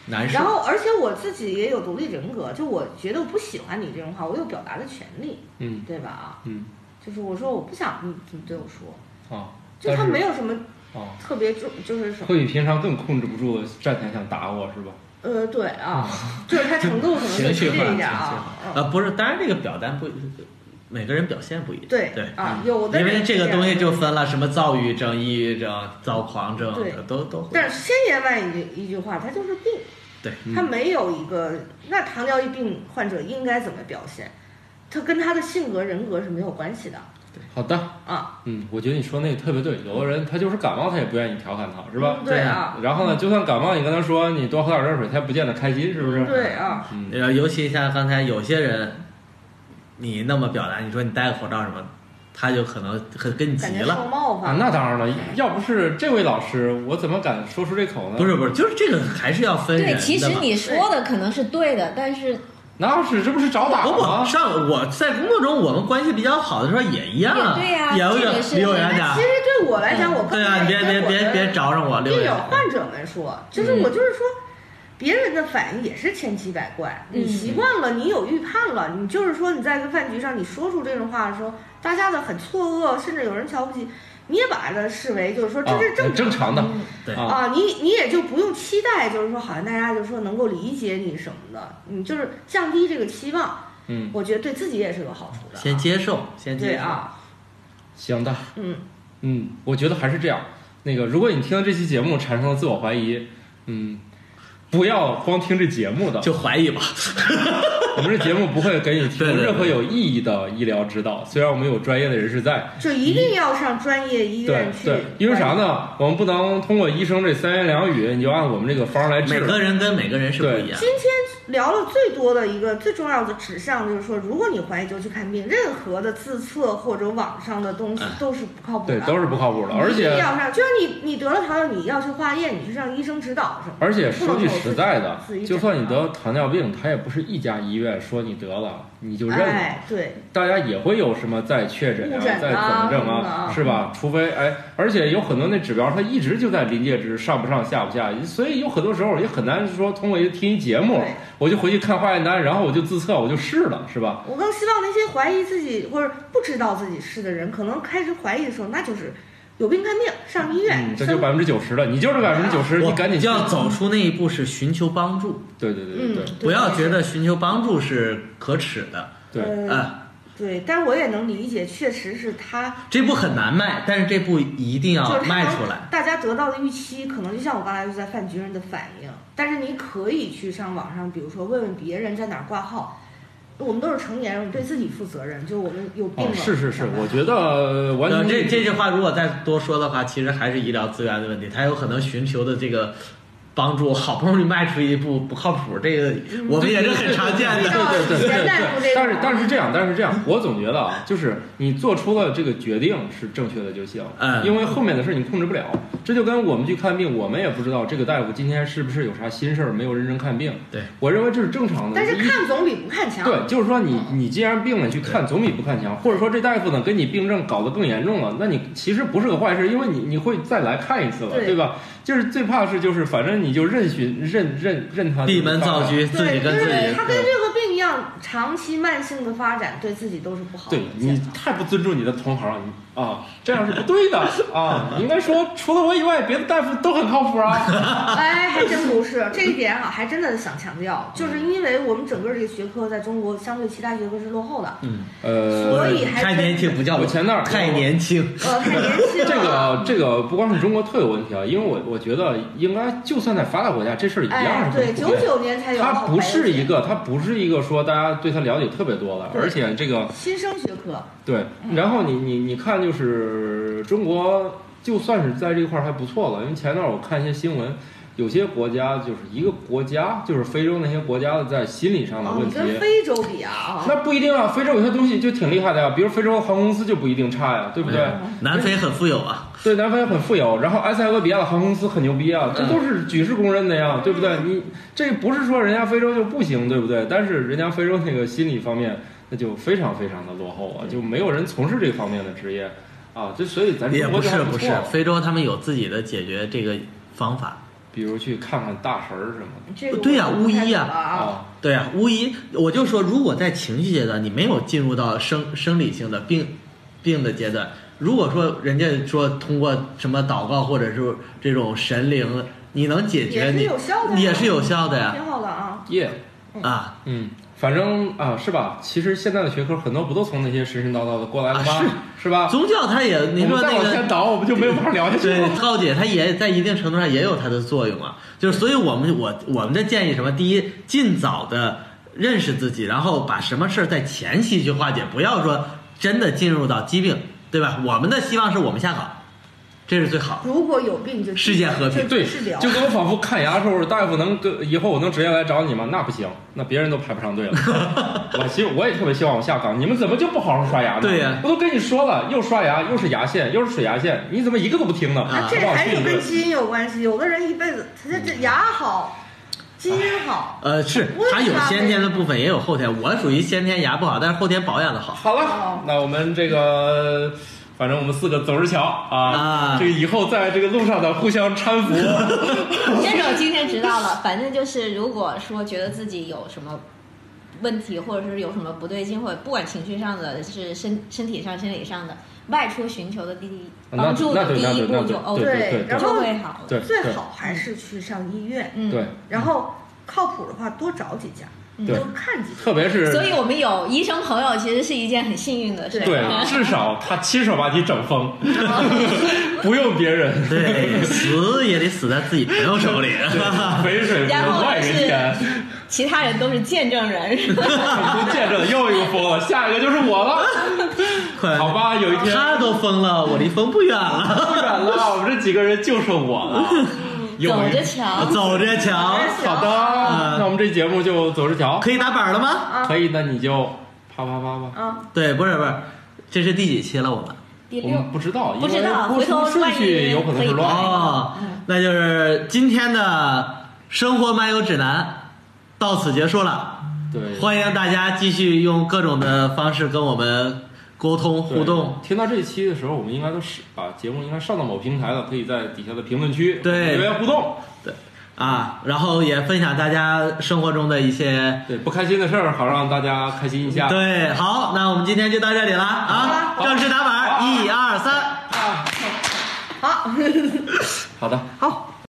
E: 难
C: 然
E: 受。
C: 后，而且我自己也有独立人格，就我觉得我不喜欢你这种话，我有表达的权利，
B: 嗯
C: 对吧？啊，
B: 嗯
C: 嗯就是我说我不想你怎么对我说，
B: 啊，
C: 就
B: 但
C: 他
B: 是
C: 没有什么
B: 哦，
C: 特别重，就是什么？
B: 会比平常更控制不住站起来想打我是吧？
C: 呃，对 啊，就是它程度可能
E: 情
C: 会
E: 绪
C: 低
E: 化，情
C: 一
E: 绪
C: 点
E: 化
C: 啊。
E: 啊，
C: 嗯
E: 不是，当然这个表单不，每个人表现不一样。
C: 对
E: 对嗯
C: 啊有的
E: 因为
C: 人
E: 这
C: 是
E: 个
C: 这样
E: 东西
C: 的
E: 就分了，什么躁郁症、抑郁症、躁狂症啊
C: 对，
E: 都都会。
C: 但是千言万语一句话，它就是病，
E: 对，
B: 嗯
C: 它没有一个。那糖尿病患者应该怎么表现？它跟他的性格人格是没有关系的
B: 好的，
C: 啊，
B: 嗯，我觉得你说那个特别对，有的人他就是感冒，他也不愿意调侃他，是吧
C: 嗯？对
E: 对
C: 啊，
B: 然后呢，就算感冒，你跟他说你多喝点热水，他也不见得开心，是不是？
C: 对啊，
B: 嗯，
E: 呃，尤其像刚才有些人，你那么表达，你说你戴个口罩什么，他就可能很跟你
C: 感
E: 嗯急
C: 觉受
E: 了。
C: 冒
B: 啊
C: 犯，。
B: 那当然了，要不是这位老师，我怎么敢说出这口呢？
E: 不，是不是，就是这个还是要分人的
D: 对，
E: 嘛。
D: 其实你说的可能是对的，但是
B: 那是这不是找打
E: 不
B: 吗
E: 不，？上我在工作中我们关系比较好的时候也一样啊，
D: 也对呀
E: 也
D: 这
E: 会
D: 个是
E: 离我远点
C: 那
E: 儿
C: 其。实对我来讲，我
E: 对啊，你别别别别找啊上我，离我
C: 病
E: 远
C: 友
E: 点儿。
C: 患者们说，就是
E: 嗯
C: 我就是说，别人的反应也是千奇百怪，
D: 嗯
C: 你习惯了，你有预判了，你就是说你在一个饭局上你说出这种话的时候，大家的很错愕，甚至有人瞧不起，你也把它视为就是说这
E: 哦
B: 啊
C: 是正
B: 很正常的，
E: 对
B: 啊，
C: 啊，你你也就不用期待，就是说好像大家就说能够理解你什么的，你就是降低这个期望，
B: 嗯，
C: 我觉得对自己也是有好处的啊。
E: 先接受，先接
C: 对
E: 受。
C: 啊，
B: 行的，
C: 嗯，
B: 嗯，我觉得还是这样。那个，如果你听了这期节目产生了自我怀疑，嗯，不要光听这节目的，
E: 就怀疑吧。
B: 我们这节目不会给你提供
E: 对对对
B: 任何有意义的医疗指导。虽然我们有专业的人士在，
C: 就一定要上专业医
B: 对
C: 院去。
B: 对，因为啥？呢？我们不能通过医生这三言两语，你就按我们这个方儿来
E: 每
B: 治。
E: 个人跟每个人是不一样。
C: 今天聊了最多的一个最重要的指向就是说，如果你怀疑就去看病，任何的自测或者网上的东西都是不靠谱
B: 哎对
C: 的，，啊
B: 都是不靠谱的，而
C: 一定
B: 且
C: 要上，就像你你得了糖尿，你要去化验，你去让医生指导什么的。
B: 而且说句实在的
C: 自己，
B: 就
C: 诊啊
B: 算你
C: 断
B: 得糖尿病，它也不是一家医院说你得了你就认了，
C: 哎，对，
B: 大家也会有什么再确诊啊
C: 误诊啊、
B: 再怎么
C: 什
B: 症
C: 么的啊
B: 啊，是吧？除非哎，而且有很多那指标它一直就在临界值，上不上下不下，所以有很多时候也很难说通过一个听一节目
C: 对，
B: 我就回去看化验单，然后我就自测我就试了，是吧？
C: 我更希望那些怀疑自己或者不知道自己是的人，可能开始怀疑的时候，那就是有病看病，上医院。
B: 嗯，这
C: 上
B: 就百分之九十了，你就是百分之九十，
E: 我
B: 你赶紧
E: 就要
B: 去。
E: 走出那一步，是寻求帮助，
B: 对对对对
C: 嗯
B: 对，
C: 对
E: 不要觉得寻求帮助是可耻的。
B: 对哎
C: 呃，
E: 呃，
C: 对，但我也能理解，确实是他
E: 这步很难迈，但是这步一定
C: 就
E: 要
B: 哦
C: 是他
E: 迈出来。
C: 大家得到的预期，可能就像我刚才就在饭局上的反应，但是你可以去上网上，比如说问问别人在哪儿挂号。我们都是成年人，我们对自己负责任，就是我们有病
B: 哦，
C: 了。
B: 是是是
C: 怎，么
B: 我
C: 办
B: 觉得完
E: 呃，
B: 全
E: 这这句话如果再多说的话，其实还是医疗资源的问题，他有可能寻求的这个帮助，好不容易迈出一步不靠谱，这个
C: 嗯
E: 我们也是很常见
B: 对
E: 的。
B: 对对对
C: 现在不这
B: 对，
C: 样
B: 但是但是这样，但是这样，我总觉得啊，就是你做出了这个决定是正确的就行，
E: 嗯
B: 因为后面的事你控制不了。这就跟我们去看病，我们也不知道这个大夫今天是不是有啥心事儿，没有认真看病。
E: 对，
B: 我认为这是正常的。
C: 但是
B: 医
C: 看总比不看强。嗯
B: 对，就是说你你既然病了，去看总比不看强。或者说这大夫呢，跟你病症搞得更严重了，那你其实不是个坏事，因为你你会再来看一次了，
C: 对
B: 对吧？就是最怕是就是反正你就任寻任任任他
E: 闭门造。车，自己
C: 对，就
E: 跟自
C: 是
E: 己
C: 它。跟任何病一样，长期慢性的发展对自己都是不好的
B: 对
C: 健康。
B: 你太不尊重你的同行了你啊，这样是不对的啊！你应该说除了我以外，别的大夫都很靠谱 啊。
C: 哎，还真不是这一点啊，还真的想强调，就是因为我们整个这个学科在中国相对其他学科是落后的，
E: 嗯，
B: 呃，
C: 所以还
E: 太
C: 真
E: 年轻不叫
B: 我前段儿
E: 太年轻。
C: 呃，太年轻
B: 这
C: 了。
B: 个这个不光是中国特有问题啊，因为我我觉得应该就算在发达国家，这事儿一
C: 哎
B: 样，是
C: 对，
B: 很普
C: 九
B: 遍的。
C: 九年才有
B: 它
C: 好
B: 不
C: 白
B: 是
C: 血
B: 一个，它不是一个说大家对它了解特别多了，
C: 对嗯
B: 而且这个
C: 新生学科，
B: 对，然后你你你看，就是中国就算是在这块儿还不错了，因为前段我看一些新闻，有些国家就是一个国家，就是非洲那些国家的在心理上的
C: 哦，
B: 问
C: 你
B: 题。
C: 跟非洲比啊，
B: 那不一定啊，非洲有些东西就挺厉害的呀，比如非洲航空公司就不一定差呀，对不对？
C: 嗯
E: 南非很富有啊，
B: 对，南非很富有，然后埃塞俄比亚的航空公司很牛逼
E: 嗯
B: 啊，这都是举世公认的呀，对不对？你这不是说人家非洲就不行，对不对？但是人家非洲那个心理方面，那就非常非常的落后
E: 嗯
B: 啊，就没有人从事这方面的职业啊，就所以咱
E: 也
B: 中国
E: 不
B: 就是还
E: 不
B: 不
E: 是，非洲他们有自己的解决这个方法。
B: 比如去看看大神儿什么
C: 这个
E: 对呀
C: 我不太
E: 巫医呀
C: 懂了
B: 的
C: 啊，
B: 啊，
E: 对啊，无疑，我就说，如果在情绪阶段你没有进入到生生理性的病病的阶段，如果说人家说通过什么祷告或者是这种神灵，你能解
C: 也
E: 决
C: 是
E: 你
C: 有效的呀
E: 也是有效的呀
C: 挺好的啊。
B: 耶、
E: 啊
B: 嗯，反正啊，是吧？其实现在的学科很多不都从那些神神叨叨的过来的吗？
E: 啊
B: 是吧？
E: 宗教它也你
B: 我
E: 说
B: 们再
E: 那
B: 往
E: 个
B: 前倒，我们就没有办法聊下去
E: 对，
B: 了。
E: 告解它也在一定程度上也有它的作用啊。就是，所以我们我我们的建议什么？第一，尽早的认识自己，然后把什么事儿在前期去化解，不要说真的进入到疾病，对吧？我们的希望是我们下岗，这是最好的。
C: 如果有病就
E: 世界和平
C: 就
B: 对
C: 治疗，。
B: 就跟我仿佛看牙的时候，大夫能跟以后我能直接来找你吗？那不行，那别人都排不上队了。我希我也特别希望我下岗，你们怎么就不好好刷牙呢？
E: 对呀
B: 我都跟你说了，又刷牙，又是牙线，又是水牙线，你怎么一个都不听呢？
E: 啊
C: 这
B: 我
C: 还
B: 去
C: 是
B: 你
C: 跟
B: 的！
C: 基因有关系。有的人一辈子，他这这牙好，基因
B: 哎
C: 好，
E: 呃，是
C: 为
E: 它有
C: 啥
E: 先
C: 呢
E: 天的部分，也有后天。我属于先天牙不好，但是后天保养的好。
B: 好了
C: 哦，
B: 那我们这个。反正我们四个走着瞧啊
E: 啊
B: 这个以后在这个路上呢互相搀扶。
D: 这种今天知道了， 反正就是如果说觉得自己有什么问题，或者是有什么不对劲，或者不管情绪上的，是身身体上、生理上的，外出寻求的第一
B: 那
D: 帮助
B: 那
D: 的
B: 对
D: 第
B: 那
D: 一
B: 对那
D: 步
B: 对
D: 就哦，
B: 对对
C: 对
B: 对
C: 然
D: 就
C: 后
D: 会好了。
B: 对嗯
C: 最好还是去上医院。
D: 嗯，
B: 对，
C: 然后靠谱的话，多找几家，
B: 对
C: 多看几家。
B: 特别是
D: 所以我们有医生朋友，其实是一件很幸运的事。
B: 对，至少他亲手把你整 疯，不用别人，
E: 对，死也得死在自己朋友手里。
B: 肥水不
D: 然
B: 流
D: 后
B: 外人田，
D: 其他人都是见证人。
B: 都见证又一个疯了，下一个就是我 了。
E: 快
B: 好吧，有一天
E: 他都疯了，我离疯不远了。
B: 不远了，我们这几个人就剩我了。有
D: 走
B: 一
D: 着瞧，
E: 走着瞧，
C: 哎
B: 好的，
D: 嗯
B: 那我们这节目就走着瞧，
E: 可以打板了吗？
C: 啊
B: 可以那你就啪啪啪吧。
C: 啊，
E: 对，不是不是，这是第几期了？我们
D: 第
B: 我
D: 六
B: 们不知道，因
D: 不知
B: 为
D: 道
B: 播
D: 回
B: 出
D: 头
B: 顺序
D: 万一
B: 有可能是
D: 可以
B: 乱的。
E: 哦，那就是今天的生活漫游指南到此结束了。
B: 对，
E: 欢迎大家继续用各种的方式跟我们沟通
B: 对
E: 互动。
B: 听到这一期的时候，我们应该都是把节目应该上到某平台了，可以在底下的评论区
E: 对
B: 留言互动。
E: 对啊，然后也分享大家生活中的一些。
B: 对，不开心的事儿好让大家开心一下。
E: 对，好，那我们今天就到这里了啊！
B: 好
E: 正式打板，一二三。
C: 好，
B: 啊 好的，
C: 好，